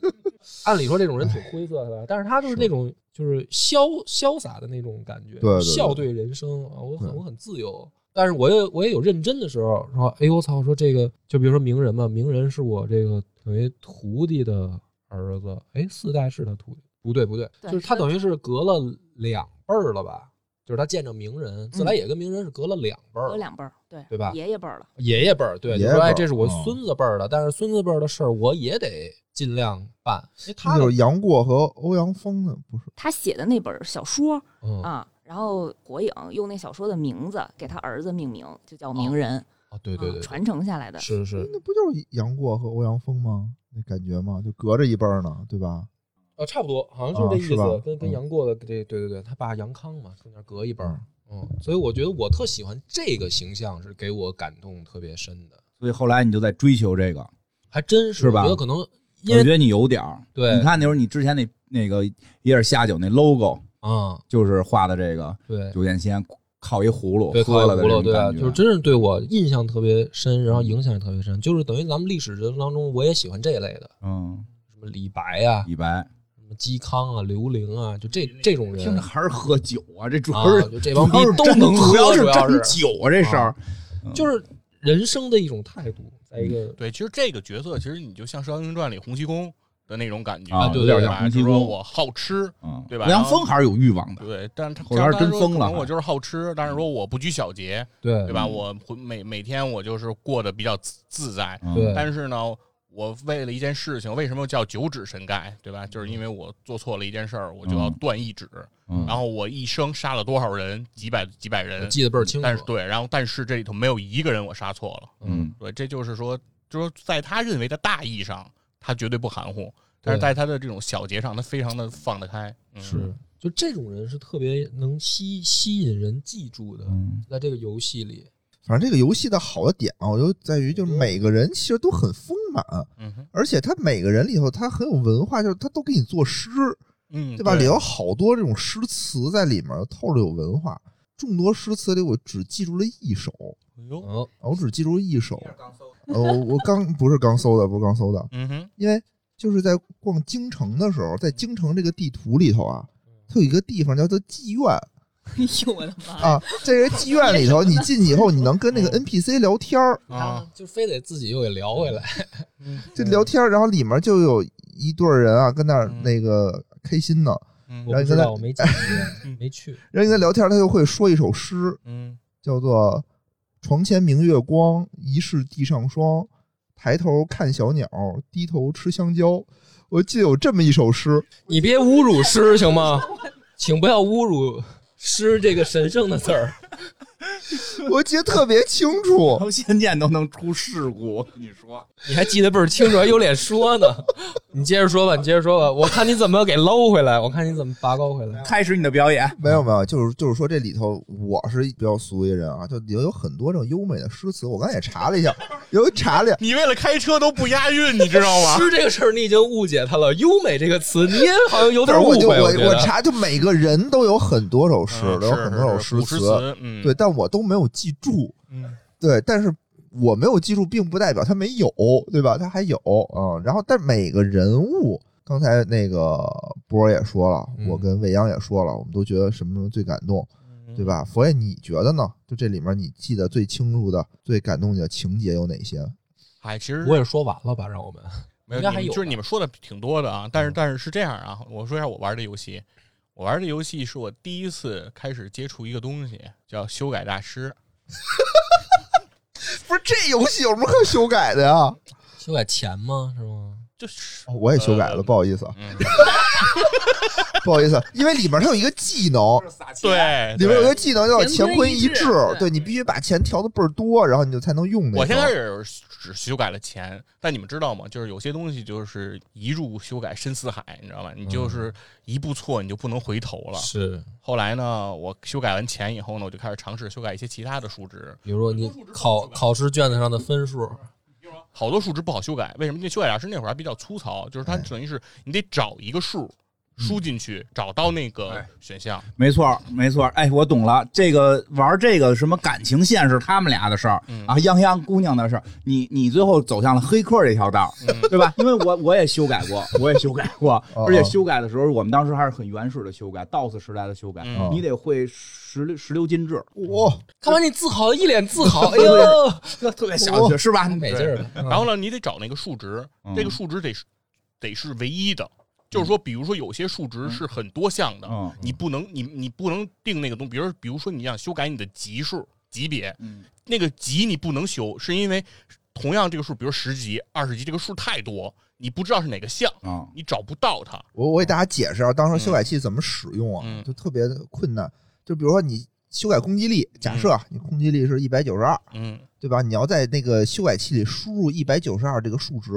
按理说这种人挺灰色的吧，但是他就是那种就是潇潇洒的那种感觉，对对对笑对人生啊，我很对我很自由。但是我也我也有认真的时候，说哎呦我操，说这个就比如说名人嘛，名人是我这个等于徒弟的儿子，哎四代是他徒弟，不对不对，对就是他是等于是隔了两辈儿了吧，就是他见着名人，自来也跟名人是隔了两辈儿有，两辈儿，对对吧爷爷辈儿了，爷爷辈儿，对，爷就爷说辈哎，儿这是我嗯孙子辈儿的，但是孙子辈儿的事儿我也得尽量办。哎，他那的就是杨过和欧阳锋的，不是？他写的那本小说嗯啊，然后火影用那小说的名字给他儿子命名，就叫鸣人，啊，对对啊对，传承下来的。是是，那不就是杨过和欧阳锋吗？那感觉吗？就隔着一辈儿呢，对吧？呃，差不多，好像就啊这意是吧思，跟跟嗯杨过的这，对对对，他爸杨康嘛，中间隔一辈儿嗯。嗯，所以我觉得我特喜欢这个形象，是给我感动特别深的，所以后来你就在追求这个，还真是是吧我觉得可能因我为觉得你有点儿。对你看那时候你之前那那个一二下酒那 logo 啊，就是画的这个对九剑仙靠一葫芦对，喝靠了的葫这种芦，对啊，感觉就是真是对我印象特别深，然后影响也特别深，就是等于咱们历史人当中，我也喜欢这一类的，嗯，什么李白啊，李白什么嵇康啊、刘伶啊，就这这种人听着还是喝酒啊，这主啊要是，就这帮主逼要是都真能主要喝，是主要真是酒啊，这事儿就是人生的一种态度，在一嗯个对，其实这个角色，其实你就像《射雕英雄传》里洪七公的那种感觉，啊对对对吧对洪七就是说公我好吃，嗯，对吧欧阳锋还是有欲望的，对，但是他后边儿像他真说疯了可能我就是好吃，但是说我不拘小节，对对吧？嗯我会每每天我就是过得比较自自在，嗯对但是呢，我为了一件事情，为什么叫九指神丐，对嗯吧？就是因为我做错了一件事儿，我就要嗯断一指，嗯然后我一生杀了多少人，几百几百我人，记得倍儿清楚。但是对，然后但是这里头没有一个人我杀错了，嗯对，这就是说，就是说在他认为的大义上，他绝对不含糊，但是在他的这种小节上，他非常的放得开，嗯、是，就这种人是特别能吸吸引人记住的，嗯在这个游戏里，反正这个游戏的好的点啊，我就在于就是每个人其实都很丰满，啊嗯哼而且他每个人里头他很有文化，就是他都给你作诗，嗯，对吧？里头好多这种诗词在里面透着有文化。众多诗词里，我只记住了一首，啊哎呦，嗯，我只记住了一首。呃，我我刚不是刚搜的，不是刚搜的，嗯哼，因为就是在逛京城的时候，在京城这个地图里头啊，它有一个地方叫做妓院哎呦我的妈！啊，在这个妓院里头，你进去以后，你能跟那个 NPC 聊天儿，啊，就非得自己又给聊回来，这聊天儿，然后里面就有一对儿人啊，跟那儿嗯那个开心呢，嗯我不知然道，后我没进 嗯去，没去，然后跟他聊天儿，他就会说一首诗，嗯叫做“床前明月光，疑是地上霜。抬头看小鸟，低头吃香蕉。”我记得有这么一首诗，你别侮辱诗行吗？请不要侮辱诗这个神圣的字儿。我记得特别清楚。然后仙剑都能出事故，你说你还记得倍儿清楚，还有脸说呢？ 你接着说吧，你接着说吧，我看你怎么给搂回来，我看你怎么拔高回来。开始你的表演， 没有没有，就是就是说这里头我是比较俗一人啊，就里头有很多这种优美的诗词，我刚才也查了一下，有查了一下，你为了开车都不押韵，你知道吗？诗这个事儿你已经误解它了，优美这个词你也好像有但点是误我会。就我觉得查，就每个人都有很多首诗，嗯都有很多首是是是古词，词，嗯，对，，但我都没有记住，嗯对，但是我没有记住，并不代表他没有，对吧？他还有啊、嗯然后，但每个人物，刚才那个波儿也说了，嗯我跟未央也说了，我们都觉得什么最感动。嗯对？吧？佛爷，你觉得呢？就这里面你记得最清楚的、最感动你的情节有哪些？哎，其实我也说完了吧，让我们没有，应该你还们有就是吧嗯你们说的挺多的啊，但是但是是这样啊，我说一下我玩的游戏，我玩的游戏是我第一次开始接触一个东西，叫修改大师。不是这游戏有什么可修改的呀？哦，修改钱吗？是吗？就是，哦我也修改了，呃不好意思，啊，嗯，不好意思啊，因为里面它有一个技能，啊对，里面有对一个技能叫乾乾坤坤一一掷掷，对你必须把钱调的倍儿多，然后你就才能用那个。我现在也是只修改了钱，但你们知道吗？就是有些东西就是一入修改深似海，你知道吗？你就是一步错你就不能回头了。嗯是，后来呢，我修改完钱以后呢，我就开始尝试修改一些其他的数值，比如说你考考试卷子上的分数，好多数值不好修改，为什么？那修改大师那会儿还比较粗糙，就是它哎等于是你得找一个数输进去，找到那个选项。没错，没错。哎，我懂了，这个玩这个什么感情线是他们俩的事儿、嗯啊，泱泱姑娘的事儿。你你最后走向了黑客这条道儿，嗯对吧？因为我我也修改过，我也修改过，哦而且修改的时候，我们当时还是很原始的修改，DOS 时代的修改，嗯你得会十六十六进制，哇，看完你自豪，一脸自 豪，哎呦，特特别详哦细，是吧？美劲儿了。然后呢，你得找那个数值，嗯这个数值得是得是唯一的。就是说，比如说有些数值是很多项的，嗯你不能你你不能定那个东西，比如比如说你想修改你的级数级别，嗯那个级你不能修，是因为同样这个数，比如十级、二十级，这个数太多，你不知道是哪个项，啊，你找不到它。我我给大家解释啊，当时修改器怎么使用啊，嗯就特别困难。就比如说你修改攻击力，假设啊你攻击力是一百九十二，嗯，对吧？你要在那个修改器里输入一百九十二这个数值，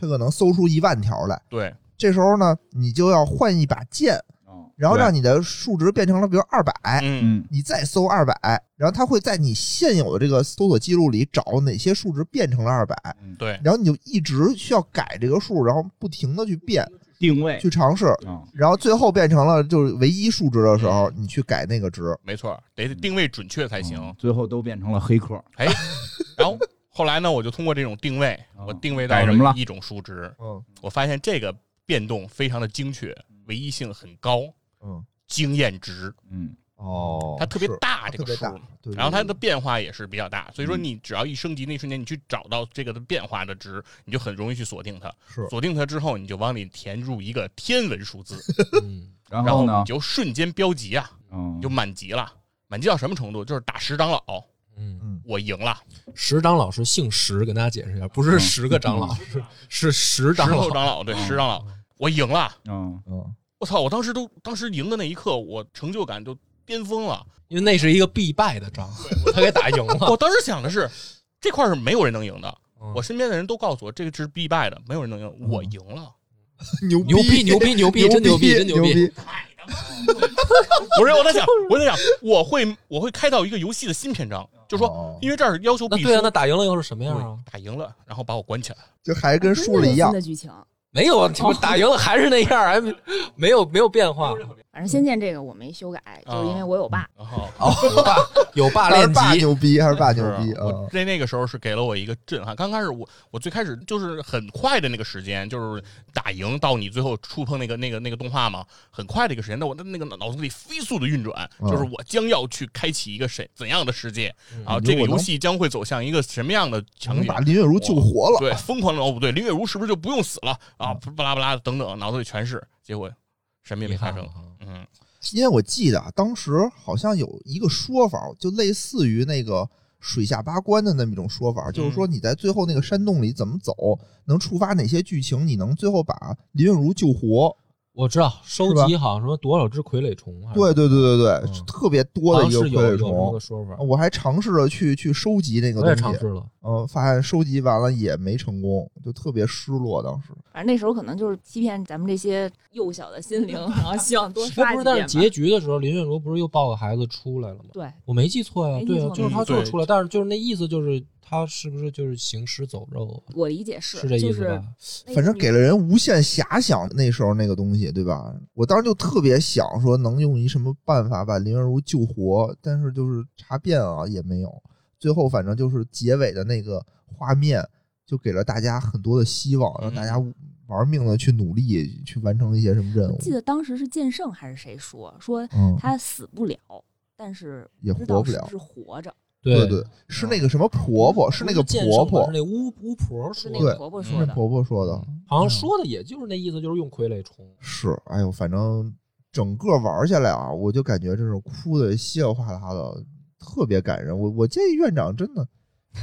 它可能搜出一万条来。对，这时候呢，你就要换一把剑，嗯然后对让你的数值变成了比如二百、嗯嗯你再搜二百，然后它会在你现有的这个搜索记录里找哪些数值变成了二百，对，然后你就一直需要改这个数，然后不停的去变，定位去尝试，啊，然后最后变成了就是唯一数值的时嗯候，你去改那个值。没错，得定位准确才行。嗯最后都变成了黑客。哎，然后后来呢，我就通过这种定位，哦我定位到改什么了一种数值，嗯我发现这个变动非常的精确，唯一性很高，嗯，经验值嗯，哦它特别是大这特个别数大。，对然后对它的变化也是比较大，所以说嗯你只要一升级那瞬间，你去找到这个的变化的值，你就很容易去锁定它。是锁定它之后，你就往里填入一个天文数字，嗯，然然后后呢你？就瞬间标级啊，嗯你就满级了。满级到什么程度？就是打十长老，嗯，我赢了。石长老是姓石，跟大家解释一下，不是十个长老，是是石石长头嗯老。长老，对，嗯石长老，我赢了。嗯，嗯，我操！我当时都，当时赢的那一刻，我成就感就巅峰 了。因为那是一个必败的仗，他给打赢了。我当时想的是，这块是没有人能赢的。嗯我身边的人都告诉我，这个是必败的，没有人能赢。我赢了， 牛牛逼牛逼牛逼真牛逼真牛嗯牛逼逼！不是我在 想，我在想，我会我会开到一个游戏的新篇章，就是说，哦因为这儿要求那必须对啊，那打赢了又是什么样对啊？打赢了，然后把我关起来。就还跟输了一新样的，剧情。没有，这不打赢了还是那样，还没没有没有变化。反正《仙剑》这个我没修改，就是因为我有爸。然后哦，有霸有霸还是练爸级，牛逼，还是爸牛是逼啊！我在那个时候是给了我一个震撼。刚开始我我最开始就是很快的那个时间，就是打赢到你最后触碰那个那个那个动画嘛，很快的一个时间。但我的那个脑脑子里飞速的运转，嗯就是我将要去开启一个谁怎样的世界嗯啊？如这个果能游戏将会走向一个什么样的场能景把？林月如救活了，对，疯狂的脑补，对，林月如是不是就不用死了啊？嗯巴拉巴拉等等，脑子里全是。结果什么也没发生。嗯，因为我记得啊，当时好像有一个说法，就类似于那个水下八关的那么一种说法，就是嗯说你在最后那个山洞里怎么走，能触发哪些剧情，你能最后把林月如救活。我知道收是吧集好像什么多少只傀儡虫啊，对对对对对，嗯特别多好的一像个是有傀儡有这么虫个。说法，我还尝试着去去收集那个我也东尝西试，了。嗯、发现收集完了也没成功，就特别失落。当时反正那时候可能就是欺骗咱们这些幼小的心 灵，然后希望多那刷几不是，但是遍吧。结局的时候，林月如不是又抱个孩子出来了吗？对，我没记错呀，没记对啊，错就是没他记就是错出来，但是就是那意思就是他是不是就是行尸走肉啊？我理解是这意就思是吧？那反正个给了人无限遐想，那时候那个东西，对吧？我当时就特别想说，能用一什么办法把林月如救活，但是就是查遍啊也没有。最后反正就是结尾的那个画面，就给了大家很多的希望，让大家玩命的去努力去完成一些什么任务。记得当时是剑圣还是谁说说嗯，他死不了，但是也知道活不是了是活着。对对，是那个什么婆婆，是那个剑圣吧婆是，婆那巫巫婆是说那的，个对婆婆嗯说是的，婆婆说的。好像说的也就是那意思，就是用傀儡虫。是，哎呦，反正整个玩下来啊，我就感觉真是哭的稀里哗啦的，特别感人。我我建议院长真的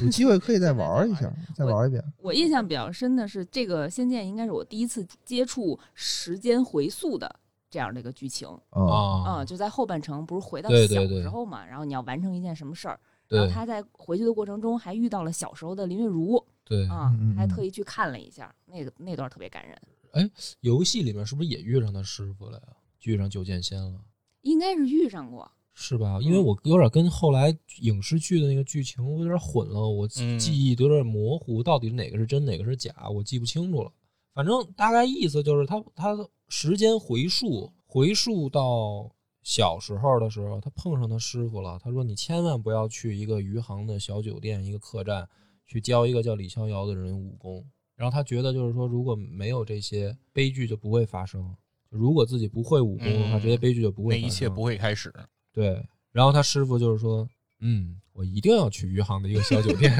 有机会可以再玩一下，再玩一遍。我印象比较深的是，这个《仙剑》应该是我第一次接触时间回溯的这样的一个剧情。啊，嗯，啊，就在后半程，不是回到对对小对时候嘛，然后你要完成一件什么事儿，然后对他在回去的过程中还遇到了小时候的林月如对，啊嗯嗯，还嗯特意去看了一下，那个那段特别感人，游戏里面是不是也遇上他师傅了呀？遇上九剑仙了，应该是遇上过，是吧？因为嗯我有点跟后来影视剧的那个剧情我有点混了，我嗯记忆有点模糊，到底哪个是真哪个是假，我记不清楚了。反正大概意思就是他他时间回溯回溯到小时候的时候，他碰上他师傅了。他说：“你千万不要去一个余杭的小酒店、一个客栈去教一个叫李逍遥的人武功。”然后他觉得就是说，如果没有这些悲剧就不会发生。如果自己不会武功的话，嗯这些悲剧就不那会发生。一切不会开始。对，然后他师傅就是说，嗯，我一定要去余杭的一个小 酒店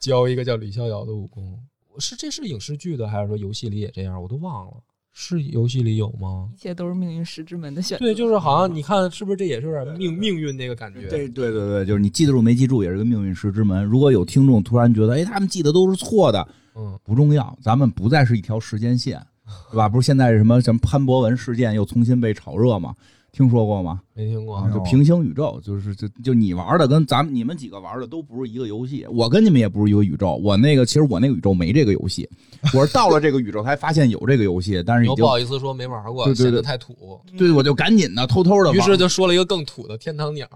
教一个叫李逍遥的武功。是这是影视剧的，还是说游戏里也这样？我都忘了，是游戏里有吗一？切都是命运石之门的 选择。对，就是好像你看，是不是这也是有点命命运那个感觉？对对对对，就是你记得住没记住也是个命运石之门。如果有听众突然觉得，哎，他们记得都是错的，嗯，不重要，咱们不再是一条时间 线，对吧？不是现在什么什么潘博文事件又重新被炒热吗？听说过吗？没听过啊，。就平行宇宙，就是就就你玩的跟咱们你们几个玩的都不是一个游戏，我跟你们也不是一个宇宙。我那个其实我那个宇宙没这个游 戏，我是到了这个宇宙才发现有这个游戏，但是你已又经不好意思说没玩过，对对显得对太土。对我就赶紧的偷偷的，于是就说了一个更土的天堂鸟，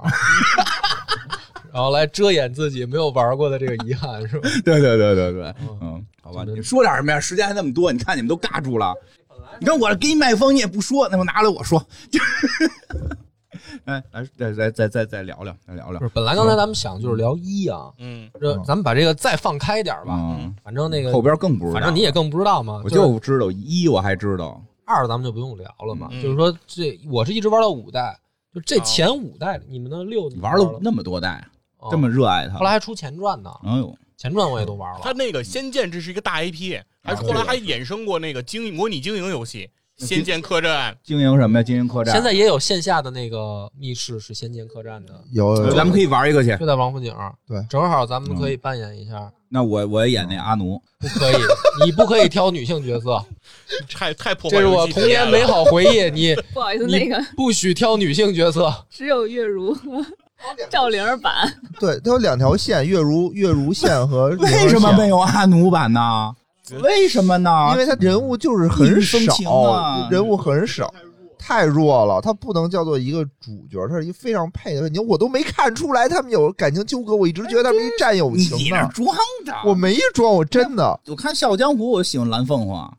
然后来遮掩自己没有玩过的这个遗 憾，是吧？对对对对对，嗯嗯，好吧，真的你说点什么呀？时间还那么多，你看你们都尬住了。你看我给你麦克风，你也不说，那我拿来我说。 哎，来再再再再再聊聊，再聊聊不。是，本来刚才咱们想的就是聊一啊，嗯，这咱们把这个再放开点儿吧。嗯，反正那个后边更不知道，反正你也更不知道嘛。我就是就知道一，我还知道二，咱们就不用聊了嘛。嗯就是说这，我是一直玩到五代，就这前五代，你们的六你玩了了那么多代，哦这么热爱它后。来还出前传呢，哎呦，前传我也都玩他了。那个《仙剑》这是一个大 IP，还是后啊来还衍生过那个经营模拟经营游戏《仙剑客栈经营什么呀？经营客栈。 现在也有线下的那个密室是《仙剑客栈》的，有有有咱们可以玩一个去。就在王府井。对正好咱们可以扮演一下。那我我演那阿奴，不可以， 你不可以挑女性角色，》，太太破坏这是我游戏体童验了年美好回忆。你不好意思，你那个不许挑女性角色，只有月如赵灵儿版，对，它有两条线，月如月如线 和为什么没有？有阿奴版呢？为什么呢？因为它人物就是很异域风情啊少，人物很少，太弱了，它不能叫做一个主角，它是一个非常配的。你我都没看出来他们有感情纠葛，我一直觉得他们一战友你情那呢。装的。我没装，我真的我看《笑傲江湖》，我喜欢蓝凤凰。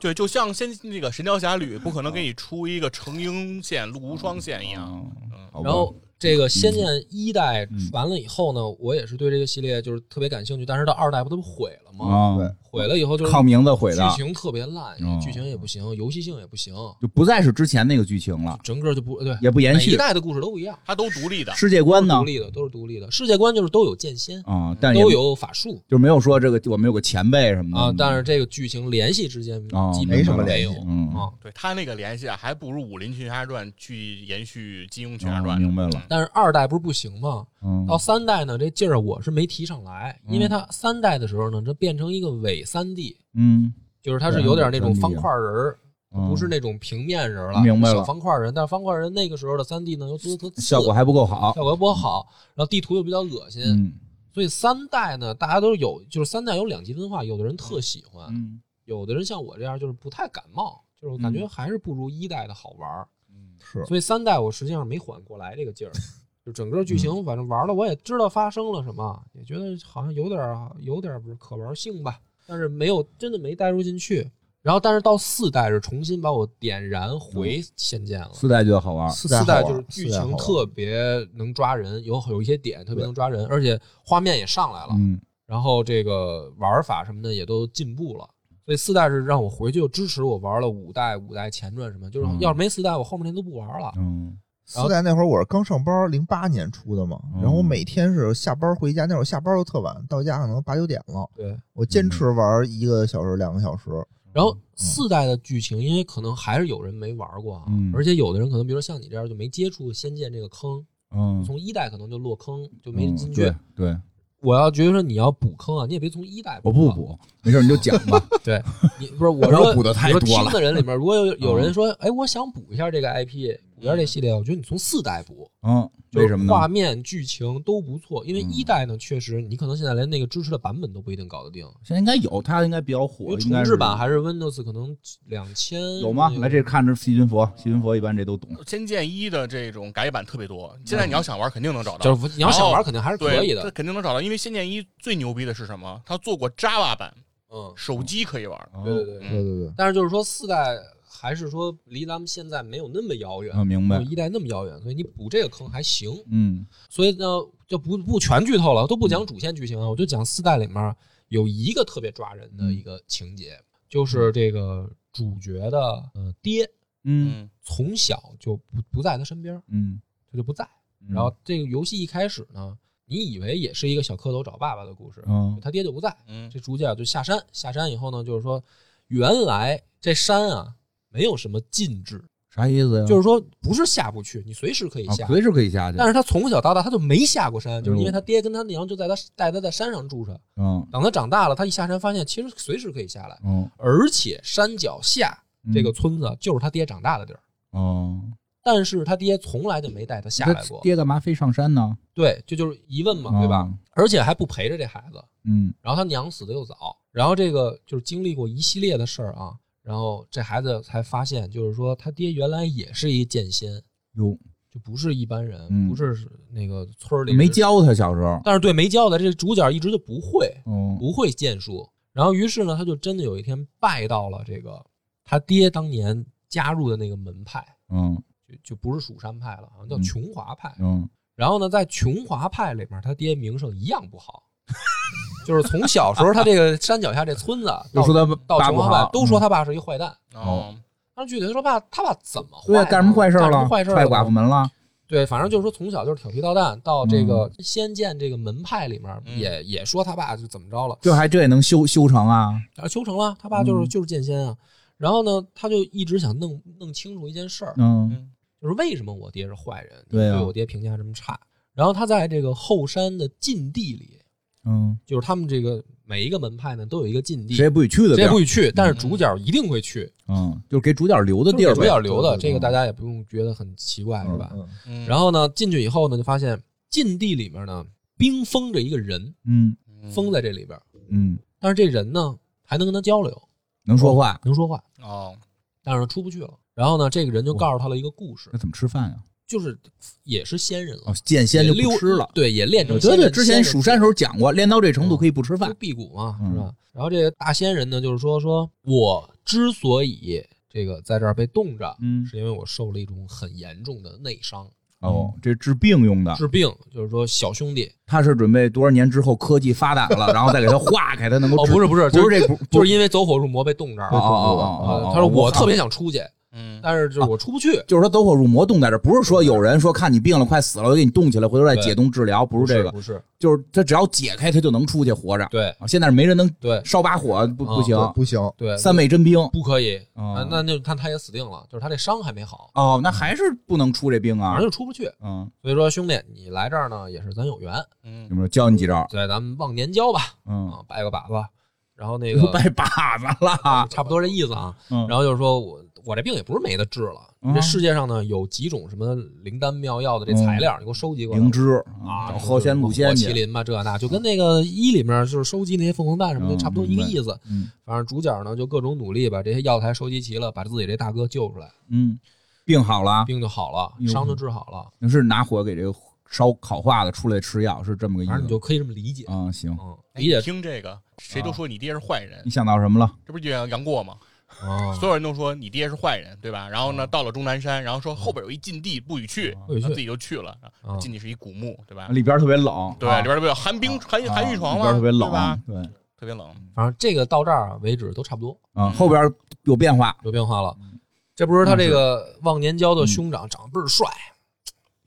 对，就像先那个《神雕侠侣》，不可能给你出一个程英线、陆无双线一样。嗯，好吧然后这个《仙剑》一代嗯完了以后呢，我也是对这个系列就是特别感兴趣，但是到二代不都毁了吗？啊，对毁了以嗯后就是靠名字毁剧的，情特别烂嗯，剧情也不行，游戏性也不行，就不再是之前那个剧情了，整个就不对，也不延每一续。代的故事都不一样，它都独立的，世界观呢独？立的都是独立的，世界观就是都有剑仙，啊，但是也都有法术就没有说这个我们有个前辈什么的啊，但是这个剧情联系之间哦基没本什上么没联有系嗯啊。对他那个联系啊，还不如《武林群侠传》去延续《金庸群侠啊哦传》明白了。但是二代不是不行吗？嗯到三代呢，这劲儿我是没提上来，因为它三代的时候呢，这变成一个伪三 D，嗯，就是它是有点那种对方块人儿，嗯不是那种平面人儿了，明白了小方块人。但是方块人那个时候的三 D 呢，又做的特次效果还不够好效。果不好，然后地图又比较恶心，嗯所以三代呢，大家都有，就是三代有两极分化，有的人特喜欢，嗯有的人像我这样就是不太感冒，就是我感觉还是不如一代的好玩儿。是所以三代我实际上没缓过来这个劲儿，就整个剧情反正玩了，我也知道发生了什么，也觉得好像有点儿有点儿不是可玩性吧，但是没有真的没带入进去。然后，但是到四代是重新把我点燃回仙剑了。四代觉得好玩。四四代代就是剧情特别能抓人，有有一些点特别对能抓人，而且画面也上来了，嗯，然后这个玩法什么的也都进步了。所以四代是让我回去就支持我玩了五代、五代前传什么，就是嗯要是没四代，我后面那都不玩了。嗯四代那会儿我是刚上班，零八年出的嘛，嗯然后我每天是下班回家，那会儿下班都特晚，到家可能八九点了，嗯对，我坚持玩一个小时、两个小时，然后四代的剧情，因为可能还是有人没玩过啊，嗯而且有的人可能，比如说像你这样就没接触《仙剑》这个坑，嗯，从一代可能就落坑，就没进去。对对，我要觉得说你要补坑啊，你也别从一代我不啊补，没事你就讲 吧。 对，你不是我要说补得太我说多了嗯听的人里面，如果有有人说，哎，我想补一下这个 IP，补一下这系列，我觉得你从四代补，嗯，为什么呢画面、剧情都不错，因为嗯一代呢，确实你可能现在连那个支持的版本都不一定搞得定。现在应该有，它应该比较因火为，应该重是置版还是 Windows 可能两千有吗？来，这看着细菌佛，细菌佛一般这都懂。 《仙剑一》的这种改版特别多，现在你要想玩，肯定能找到。嗯就是你要想玩肯定还是哦对，可以这的。肯定能找到，因为《仙剑一》最牛逼的是什么？它做过 Java 版，嗯，手机可以玩。哦对对对。对对对，但是就是说四代还是说离咱们现在没有那么遥远，啊，明没白有。一代那么遥远，所以你补这个坑还行。嗯所以呢，就不不全剧透了，都不讲主线剧情啊，我就讲四代里面有一个特别抓人嗯的一个情节，就是这个主角的呃爹嗯嗯，从小就不不在他身边，嗯，他就不在。嗯然后这个游戏一开始呢，你以为也是一个小蝌蚪找爸爸的故事，嗯他爹就不在，嗯这主角就下山，下山以后呢，就是说原来这山啊没有什么禁制，啥意思呀？就是说不是下不去，你随时可以嗯啊下，随时可以下去。但是他从小到大他就没下过山，就是因哎呦为他爹跟他娘就在他带他在山上住着。嗯等他长大了，他一下山发现其实随时可以下来，嗯，而且山脚下嗯这个村子啊就是他爹长大的地儿。哦，但是他爹从来就没带他下来他过，爹干嘛非上山呢？对，这就是疑问嘛，对吧？啊？而且还不陪着这孩子，嗯然后他娘死的又早，然后这个就是经历过一系列的事儿啊，然后这孩子才发现，就是说他爹原来也是一剑仙，哟，就不是一般人，嗯不是那个村儿里没人教他小时候。但是对没教的这主角一直就不会哦，不会剑术，然后于是呢，他就真的有一天拜到了这个他爹当年加入的那个门派，嗯就就不是蜀山派了，好啊像叫嗯琼华派。嗯然后呢，在琼华派里面，他爹名声一样不好， 就是从小时候他这个山脚下这村子就到说他到爸琼不华好嗯派都说他爸是一坏蛋。哦，当时具体他说爸，他爸怎么坏对呢？啊，干什么坏事干什了？么坏事踹了寡妇门了？对，反正就是说从小就是调皮捣蛋，到这个嗯仙剑这个门派里面嗯也、也说他爸就怎么着了，这还这也能修修成啊？然后修成了，他爸就是、嗯就是剑仙啊。然后呢，他就一直想弄弄清楚一件事儿，嗯嗯就是为什么我爹是坏人，对啊你对我爹评价这么差。然后他在这个后山的禁地里，嗯，就是他们这个每一个门派呢都有一个禁地，谁也不许去的地谁也儿不。许去，但是主角一定会去，嗯，就是给主角留的就地是儿给呗。主角留的，对嗯这个大家也不用觉得很奇怪，是吧？嗯嗯然后呢，进去以后呢，就发现禁地里面呢冰封着一个人，嗯封在这里边儿，嗯，但是这人呢还能跟他交流，能说话。能说话，哦，但是出不去了。然后呢，这个人就嗯告诉他了一个故事那，怎么吃饭呀？啊就是也是仙人了哦，，剑仙也就溜不吃了。对，也练成对对仙对，人之前蜀山时候讲过，练到这程度嗯可以不吃仙人饭。辟谷嘛，嗯是吧？然后这个大仙人呢，就是说说我之所以这个在这儿被冻着，嗯是因为我受了一种很严重的内伤，哦，这治病用的，治病，就是说小兄弟，他是准备多少年之后科技发达 了，然后再给它化开，它能够哦，治不是不是，不就是这不就是因为走火入魔被冻这儿哦哦了。哦哦啊哦，他说我操特别想出去，嗯，但是就是啊我出不去，就是说走火入魔冻在这儿，不是说有人说看你病了快死了，我就给你冻起来，回头再解冻治疗，不是这个，不是，就是他只要解开他就能出去活着。对啊现在是没人能对烧把火，不啊不行嗯，不行，对，三昧真冰不可以，哦啊，那就看他也死定了，就是他这伤还没好，哦，那还是不能出这冰反啊正。就出不去。嗯，所以说，兄弟，你来这儿呢也是咱有缘，嗯有没有教你几招？对，咱们忘年交吧，嗯， 啊，拜个把子，然后那都个拜把子了。差不多这意思啊。嗯然后就是说我我这病也不是没得治了，嗯这世界上呢有几种什么灵丹妙药的这材料，你给我收集过嗯来。灵芝嗯啊，找什么何仙、什么鹿仙火麒去。麟吧，这那就跟那个一里面就是收集那些凤凰蛋什么的嗯差不多一个意思。嗯反正主角呢就各种努力把这些药材收集齐了，把自己这大哥救出来，嗯，病好了，病就好了，呦伤就治好了。那是拿火给这个烧烤化的出来吃药，是这么个意反正你思就。可以这么理解，啊，行，嗯，哎理解你听这个，谁都说你爹是坏人你，想到什么了？这不就杨杨过吗？啊所有人都说你爹是坏人，对吧？然后呢，到了终南山，然后说后边有一禁地不许去，不许去他自己就去了。哎啊禁地是一古墓，对吧？里边特别冷，对，啊里边不有寒冰寒啊寒玉床里吗？边特别对吧冷，，啊对。特别冷。反正这个到这儿为止都差不多啊，后边有变化，有变化了。这不是嗯他这个忘年交的兄长长得倍儿帅，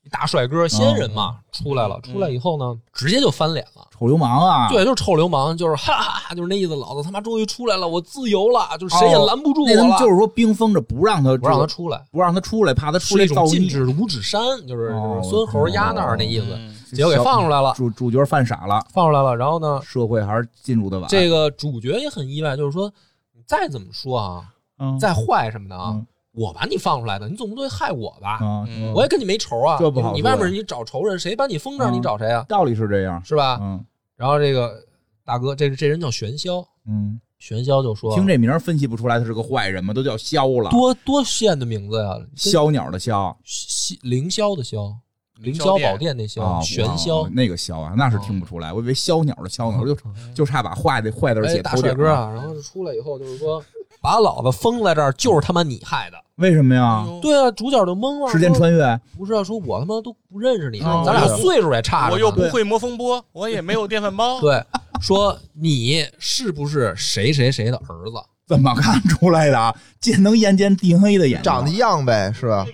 一大帅哥仙人哦嘛，出来了。出来以后呢，直接就翻脸了。臭流氓啊！对，就是臭流氓，就是哈哈哈，就是那意思。老子他妈终于出来了，我自由了，就是谁也哦拦不住我那他们了。就是说冰封着不让他，不让他出来，不让他出来，怕他出是来一种造禁孽。止五指山，就是哦就是孙猴压那儿那意思。嗯结果给放出来了，主啊主角犯傻了，放出来了。然后呢，社会还是进入的晚。这个主角也很意外，就是说，你再怎么说啊，嗯再坏什么的啊，嗯我把你放出来的，你总不会害我吧？啊，嗯我也跟你没仇啊，这不好你说外面你找仇人，谁把你封这儿，嗯你找谁啊？道理是这样，是吧？嗯然后这个大哥，这这人叫玄霄，嗯，玄霄就说，听这名儿分析不出来他是个坏人吗？都叫枭了，多多炫的名字呀，枭鸟的枭，枭凌霄的霄，凌霄霄殿宝殿那啊霄，，玄我霄哦。那个枭啊，那嗯是听不出来，我以为枭鸟的枭呢，我就嗯就差把坏的坏字哎，写大头顶帅哥了，啊，然后出来以后就是说， 把老子封在这儿，就是他妈你害的。为什么哎呀？对，对啊，主角就懵嗯了，时间说穿啊越，不是啊，说我他妈都不认识你，嗯咱俩岁数也差着呢。我又不会磨风波，我也没有电饭煲，啊对，说你是不是谁谁谁的儿子？怎么看出来的？这能验见 DNA 的眼睛啊长得一样呗，是吧？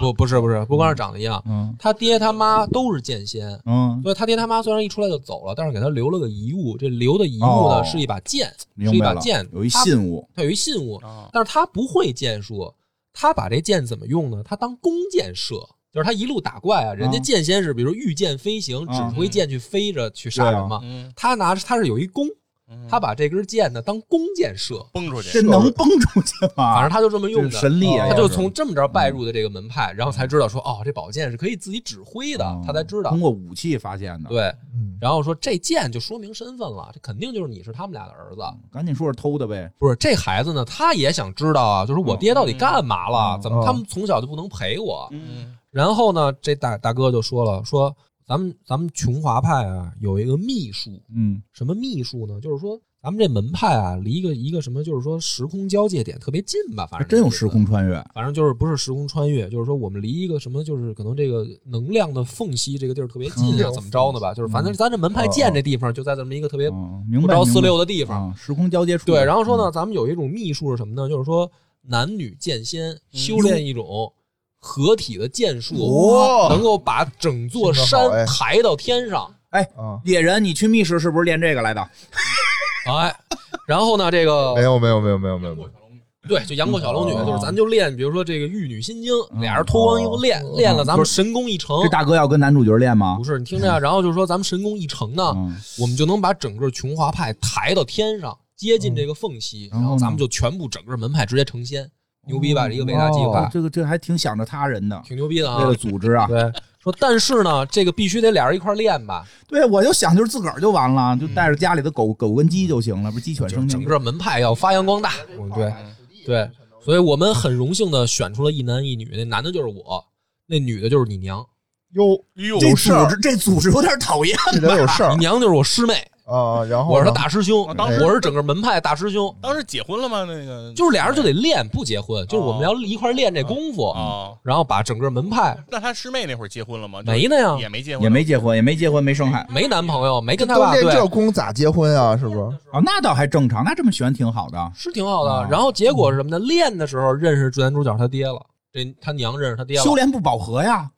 不，不是，不是，不光是长得一样，嗯他爹他妈都是剑仙，嗯，所以他爹他妈虽然一出来就走了，但是给他留了个遗物。这留的遗物哦呢是一把剑，是明一白把了剑，，有一信物他，他有一信物，啊，但是他不会剑术，他把这剑怎么用呢？他当弓箭射，就是他一路打怪啊。人家嗯剑仙是比如御剑飞行，指挥剑去飞着去杀啊人嘛。嗯，他拿着他是有一弓，嗯啊他把这根箭呢当弓箭射，崩出去这，能蹦出去吗？反正他就这么用这的。神力啊，他就要是从这么着拜入的这个门派，然后才知道说，哦，这宝剑是可以自己指挥的哦，他才知道通。过武器发现的。，对，嗯，然后说这剑就说明身份了，这肯定就是你是他们俩的儿子。赶紧说是偷的呗。不是这孩子呢，他也想知道啊，就是我爹到底干嘛了？嗯怎么嗯他们从小就不能陪我？嗯然后呢，这大大哥就说了，说咱们咱们琼华派啊有一个秘术，嗯什么秘术呢？就是说咱们这门派啊离一个一个什么，就是说时空交界点特别近吧，反还正哎真有这意思时空穿越。反正就是不是时空穿越，就是说我们离一个什么，就是可能这个能量的缝隙这个地儿特别近啊，嗯怎么着呢吧？就是反正咱这门派见这地方就在这么一个特别嗯，明不白。着四明白六的地嗯方。啊，时空交接处。嗯对，然后说呢，咱们有一种秘术是什么呢？就是说男女剑仙修炼一种合体的剑术，哇能够把整座这个好山哎抬到天上。啊，猎人，你去密室是不是练这个来的？嗯哎，然后呢，这没个有没有没有没有没有没有，对，就杨过小龙女，哦就是咱就练，比如说这个玉女心经，嗯俩人脱光哦衣服练，嗯练了咱不们是神功一成这。大哥要跟男主角练吗不？是，你啊听着呀，然后就是说咱们神功一成呢，嗯我们就能把整个琼华派抬到天上，接近这个缝隙，嗯然后咱们就全部整个门派直接成仙，牛逼吧？一个伟大计哦划，这个这还挺想着他人的，挺牛逼的为啊了！组织啊。对，说但是呢，这个必须得俩人一块儿练吧，对，我就想就是自个儿就完了，就带着家里的狗狗跟鸡就行了，不是鸡犬嗯就升整天。个门派要发扬光大。嗯对对，所以我们很荣幸的选出了一男一女，那男的就是我，那女的就是你娘，哟，哟，这有事组儿织这组织有点讨厌。这得有事儿你娘就是我师妹，啊。然后我是他呢大师兄，啊当时我是整个门派大师兄，当时结婚了吗？那个就是俩人就得练，不结婚，就是我们哦要一块儿练这功夫。哦，然后把整个门派那他师妹那会儿结婚了吗？就是没呢呀，也没结婚，也没结婚，也没结婚，没生孩子没男朋友，没跟他都爸练这对，功咋结婚啊？是不是？啊，那倒还正常，那这么选挺好的。是挺好啊的。然后结果是什么呢？练的时候认识男主角他爹了，这他娘认识他爹了修。炼不饱和呀，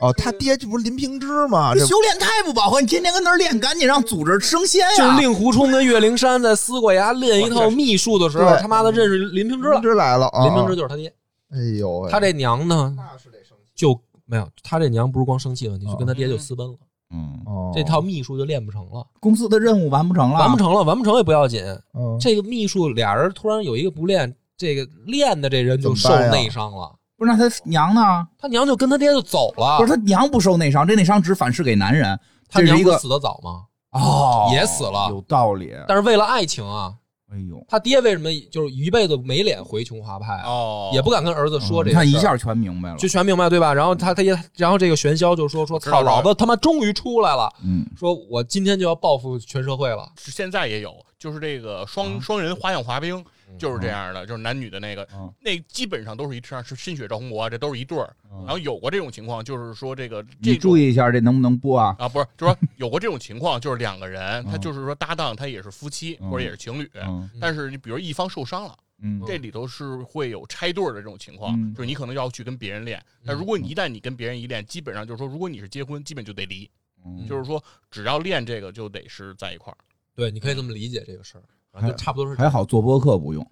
哦，他爹这不是林平之吗？啊这这修炼太不饱和，你天天跟那儿练，赶紧让组织升仙就呀是。令狐冲跟岳灵珊在思过崖练一套秘术的时候，对他妈的认识林平之了林。之来了啊！林平之就是他爹，哎呦喂，他这娘呢那是得生气就没有，他这娘不是光生气问题，啊就跟他爹就私奔了，嗯，哦。啊这套秘术就练不成了，公司的任务完不成了，完不成了，完不成也不要紧。嗯这个秘术俩人突然有一个不练，这个练的这人就受怎么办呀内伤了，不是那他娘呢？他娘就跟他爹就走了。不是他娘不受内伤，这内伤只反噬给男人。他这娘是一不个是死得早吗？哦也死了有道理。但是为了爱情啊，哎呦，他爹为什么就是一辈子没脸回琼华派啊？哦，也不敢跟儿子说这你个看嗯一事下儿。全明白了。就全明白对吧？然后他他也，然后这个玄霄就说说知道操，了老子他妈终于出来了，嗯，说我今天就要报复全社会了。现在也有，就是这个嗯双双人花样滑冰，就是这样的，就是男女的那个嗯，那基本上都是一上是新雪赵红博，这都是一对儿。嗯然后有过这种情况，就是说这个这你注种意一下，这能不能播啊？啊，不是，就是说有过这种情况，就是两个人，嗯他就是说搭档，他也是夫妻嗯或者也是情侣，嗯但是你比如一方受伤了，嗯这里头是会有拆对儿的这种情况，嗯就是你可能要去跟别人练，但如果你一旦你跟别人一练，基本上就是说，如果你是结婚，基本就得离，嗯就是说只要练这个就得是在一块儿。对，你可以这么理解这个事儿，然后就差不多是这还样。好做播客不用。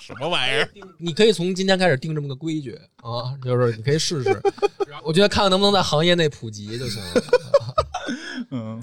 什么玩意儿？你可以从今天开始定这么个规矩啊，就是你可以 试试，我觉得看看能不能在行业内普及就行了。嗯，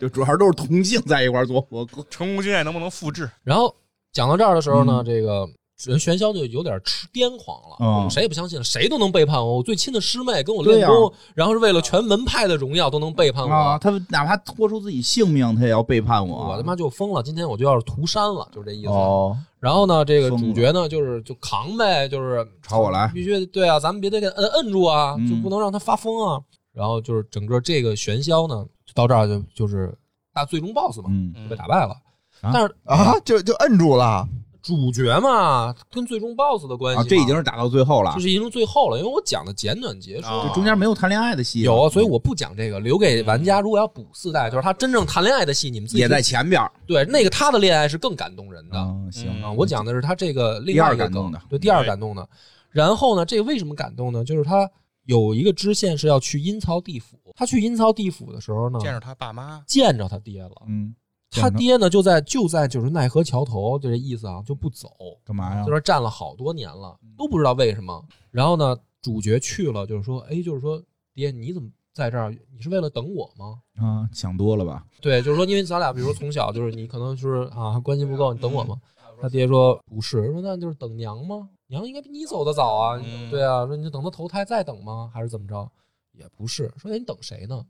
就主要都是同性在一块儿做播客。成功经验能不能复制？然后讲到这儿的时候呢，这个人玄霄就有点痴癫狂了，嗯谁也不相信，谁都能背叛我。我最亲的师妹跟我对练呀功，然后是为了全门派的荣耀都能背叛我，啊，他哪怕豁出自己性命，他也要背叛我。啊我他妈就疯了。今天我就要是涂山了，就是这意思。啊哦，然后呢，这个疯了主角呢，就是就扛呗，就是朝我来必须对啊，咱们别得给摁摁住啊，嗯就不能让他发疯啊。然后就是整个这个玄霄呢，就到这儿就就是大最终 BOSS 嘛，嗯，嗯就被打败了。啊但是啊，就就摁住了，主角嘛，跟最终 BOSS 的关系啊嘛、，这已经是打到最后了嗯就，是已经最后了，因为我讲的简短结束。啊就中间没有谈恋爱的戏，有，啊所以我不讲这个，留给玩家。如果要补四代，就是他真正谈恋爱的戏，你们自己嗯也在去前边儿。对那个他的恋爱是更感动人的。嗯，嗯行，啊，我讲的是他这个另外第二一个感动的梗对，第二对感动的。然后呢，这个为什么感动呢？就是他有一个支线是要去阴曹地府，他去阴曹地府的时候呢，见着他爸妈，见着他爹了。嗯，他见着爹呢就在就在就是奈何桥头，就这意思啊，就不走，干嘛呀就？说站了好多年了，都不知道为什么。然后呢，主角去了，就是说，哎，就是说，爹，你怎么在这儿？你是为了等我吗？啊，想多了吧？对，就是说，因为咱俩，比如说从小就是你可能就是啊关系不够，你等我嘛。他爹说不是，说那就是等娘吗？娘应该比你走的早啊。嗯对啊，说你就等她投胎再等吗？还是怎么着？也不是，说哎你等谁呢？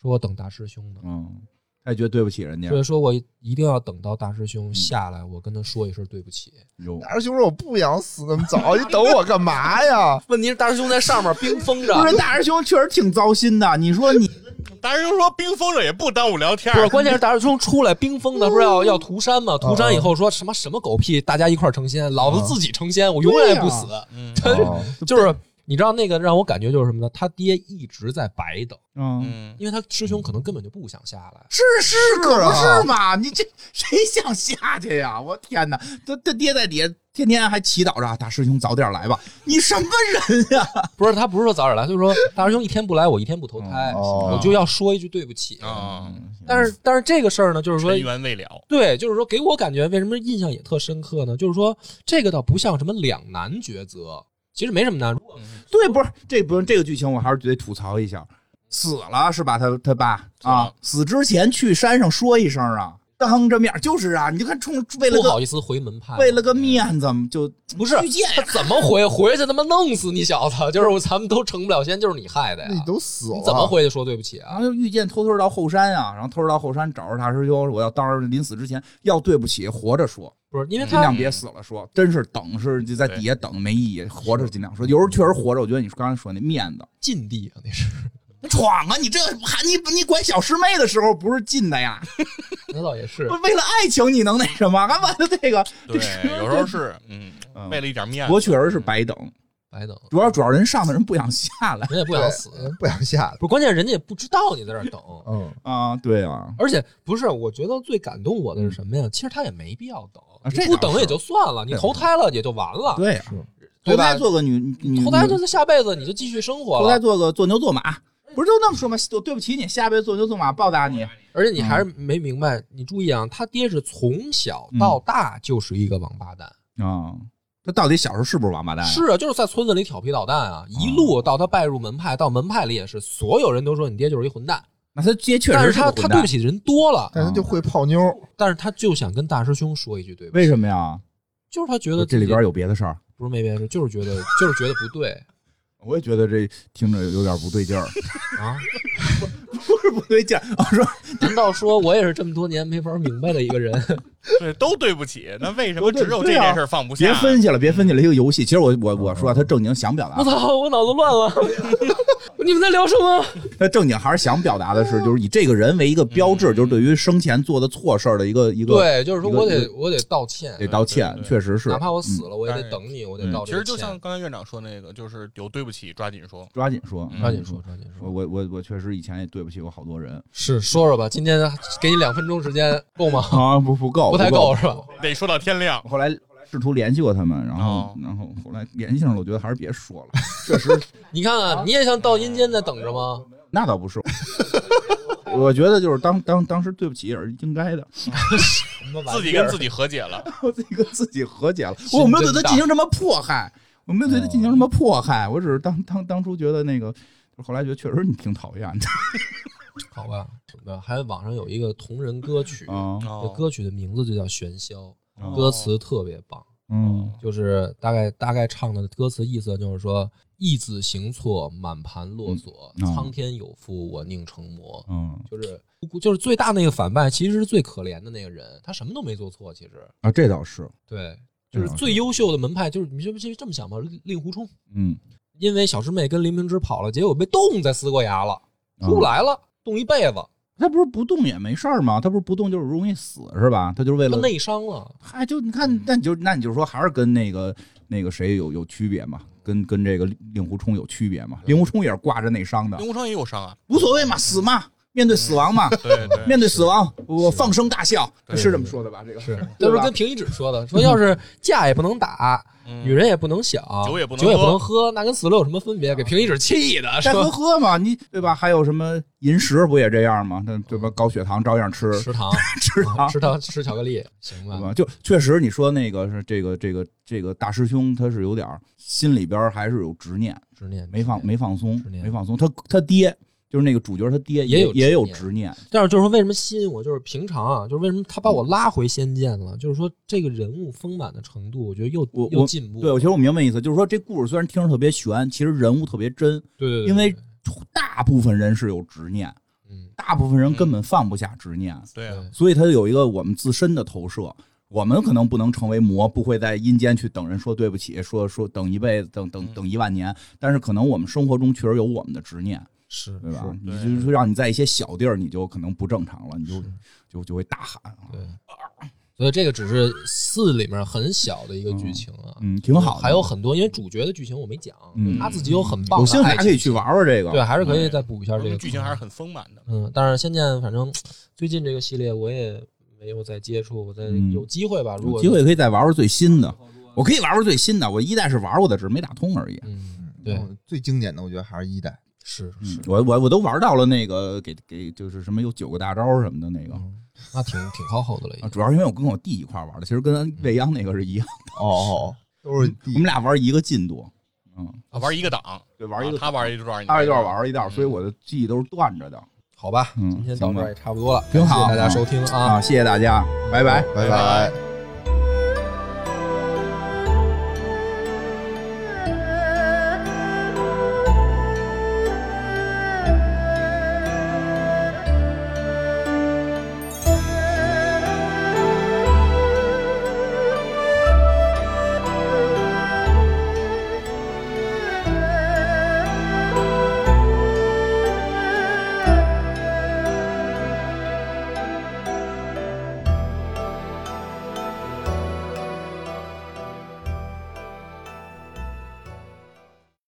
说我等大师兄呢。嗯，他也觉得对不起人家所。以说我一定要等到大师兄下来，我跟他说一声对不起。有啊大师兄说我不想死那么早，你等我干嘛呀？问题是大师兄在上面冰 封着不是大师兄确实挺糟心的，你说你大师兄说冰封着也不耽误聊天不是，关键是大师兄出来冰封的，不是要要涂山哦吗？涂山以后说什么什么狗屁，大家一块儿成仙，老子自己成仙，我永远也不死。嗯真哦就是你知道那个让我感觉就是什么呢？他爹一直在白等，嗯，嗯，因为他师兄可能根本就不想下 来。是啊是可不是嘛？你这谁想下去呀？我天哪，他他爹在底下天天还祈祷着啊大师兄早点来吧。你什么人呀？不是他不是说早点来，就是说大师兄一天不来，我一天不投胎，哦我就要说一句对不起。啊，嗯但是但是这个事儿呢，嗯就是说尘缘未了，对，就是说给我感觉为什么印象也特深刻呢？就是说这个倒不像什么两难抉择，其实没什么难。对，不是这不是这个剧情，我还是得吐槽一下。死了是吧？他他爸死了啊，死之前去山上说一声啊，当着面就是啊，你就看冲为了不个好意思回门派，为了个面子就不是巨贱他怎么回回去他妈弄死你小子！就是我咱们都成不了仙，就是你害的呀！那你都死了，你怎么回去说对不起然啊？后就遇见偷偷到后山啊，然后偷偷到后山找着大师兄，我要当时临死之前要对不起，活着说，不是因为尽他量别死了说，真是等是就在底下等没意义，活着尽量说，有时候确实活着，我觉得你刚才说那面子，禁地啊，那是闯啊，你这还你你管小师妹的时候不是近的呀， 那倒也是不。 为了爱情你能那什么，还完了这 个，对这是，有时候是，嗯，嗯为了一点面不子，过确实是白等，白等，主要主要人上的人不想下来人也不对想死，不想下来。不是关键，人家也不知道你在这儿等。嗯，啊，对啊，而且不是，我觉得最感动我的是什么呀？其实他也没必要等，啊你这不倒等是也就算了，你这倒投胎了也就完了，对啊，对投吧胎做个女女投胎就是下辈子你就继续生活投胎了，做个做牛做马，不是都那么说吗？对对不起你，下辈子做牛做马报答你。而且你还是没明白。你注意啊，他爹是从小到大就是一个王八蛋，啊，他到底小时候是不是王八蛋、啊？哦是啊，就是在村子里调皮捣蛋啊，一路到他拜入门派，到门派里也是，所有人都说你爹就是一混蛋，那他爹确实但是是他个他混对蛋不起人多了，但是就会泡妞，但是他就想跟大师兄说一句对不起，为什么呀？就是他觉得哦这里边自己有别的事儿。不是没别的，就是觉得就是觉得不对我也觉得这听着有点不对劲儿，啊。不是不对劲儿，我说难道说我也是这么多年没玩明白的一个 人？对，都对不起。那为什么都对只有这件事儿放不下？别分析了，别分析了，一个游戏。其实我我我说啊他正经想表达我，操，我脑子乱了，你们在聊什么？他正经还是想表达的是，就是以这个人为一个标志，就是对于生前做的错事儿的一个一个对，就是说我一得个我得道歉，得道对歉，对确实是。哪怕我嗯死了，我也得嗯等你，我得嗯道其这个实歉。就像刚才院长说那个，就是有对不起，抓紧说。抓紧说，嗯抓紧说，抓紧我说，我我我确实以前也对不起过好多人是说说吧，今天给你两分钟时间够吗？啊，不不够，不太够够。是吧？得说到天亮。后来试图联系过他们，然后、哦然后后来联系上了，我觉得还是别说了。你看啊看，你也像到阴间在等着吗？那倒不是， 我觉得就是当当当时对不起也是应该的，自己跟自己和解了，我自己跟自己和解了，心我没有对真他大哦进行什么迫害，我没有对他进行什么迫害，我只是当当当初觉得那个。后来觉得确实你挺讨厌的好吧，那还网上有一个同人歌曲，啊哦这歌曲的名字就叫《喧嚣》，哦歌词特别棒。嗯，就是大概大概唱的歌词意思就是说“一子行错，满盘落索；嗯嗯苍天有负，我宁成魔”嗯就是就是最大那个反派，其实是最可怜的那个人，他什么都没做错，其实啊，这倒是，对，就这嗯是倒是最优秀的门派，就是你就其实这么想吧，令狐冲，嗯，因为小师妹跟林平之跑了，结果被冻在四国崖了，啊出不来了，冻一辈子，他不是不动也没事儿吗？他不是不动就是容易死是吧？他就是为他了内伤了，嗨，就你嗯看，那你就那你就说还是跟那个那个谁有有区别嘛？跟跟这个令狐冲有区别嘛？令狐冲也是挂着内伤的令，狐冲也有伤啊，无所谓嘛，死嘛，面对死亡嘛，对对，面对死亡，我放声大笑，对是这么说的吧？这个是， 对都是吧跟平一指说的，说要是架也不能打，嗯女人也不能想，酒也不能啊酒也喝不能喝，那跟死了有什么分别？给平一指气的，该喝 说喝嘛，你对吧？还有什么银石不也这样吗？那对吧？高血糖照样吃 食堂，吃糖，食堂嗯哦吃巧克力，行对吧？吧？就确实你说那个是这个这个这个大师兄，他是有点儿心里边儿还是有执念，执念没放，没放松嗯执，念没放松。他他爹就是那个主角，他爹也也有执也有念执念，但是就是说，为什么吸引我？就是平常啊，就是为什么他把我拉回仙剑了？就是说这个人物丰满的程度，我觉得又我又我进步。对，我其实我明白意思，就是说这故事虽然听着特别悬，其实人物特别真，对对对，因为对大部分人是有执念，嗯，大部分人根本放不下执念，对啊，所以他有一个我们自身的投射。我们可能不能成为魔，不会在阴间去等人说对不起，说说等一辈子，等嗯等等一万年。但是可能我们生活中确实有我们的执念，是对吧？你对就是说让你在一些小地儿，你就可能不正常了，你就是就就会大喊啊，对。所以这个只是四里面很小的一个剧情啊，嗯，挺好的。还有很多，因为主角的剧情我没讲，嗯他自己有很棒的有兴趣爱大家可以情去玩玩这个，对，啊还是可以再补一下这个剧情还是很丰满的。嗯，但是仙剑反正最近这个系列我也没有再接触，我再嗯有机会吧，如有果机会可以再玩玩最新的。我可以玩玩最新的，我一代是玩过的，只是没打通而已。嗯，对，嗯最经典的我觉得还是一代，是嗯是，我我我都玩到了那个给给就是什么有九个大招什么的那个，嗯那挺挺靠后的了，已啊，经。主要是因为我跟我弟一块玩的，其实跟未央那个是一样，哦哦，都是我第们俩玩一个进度，嗯，啊玩一个档，对，玩一啊个他玩一段，你他一段，玩一道，所以我的记忆都是断着的好吧，嗯嗯今天到行这吧儿也差不多了，挺好感谢啊大家收听啊啊。。谢谢大家，拜拜。拜拜拜拜。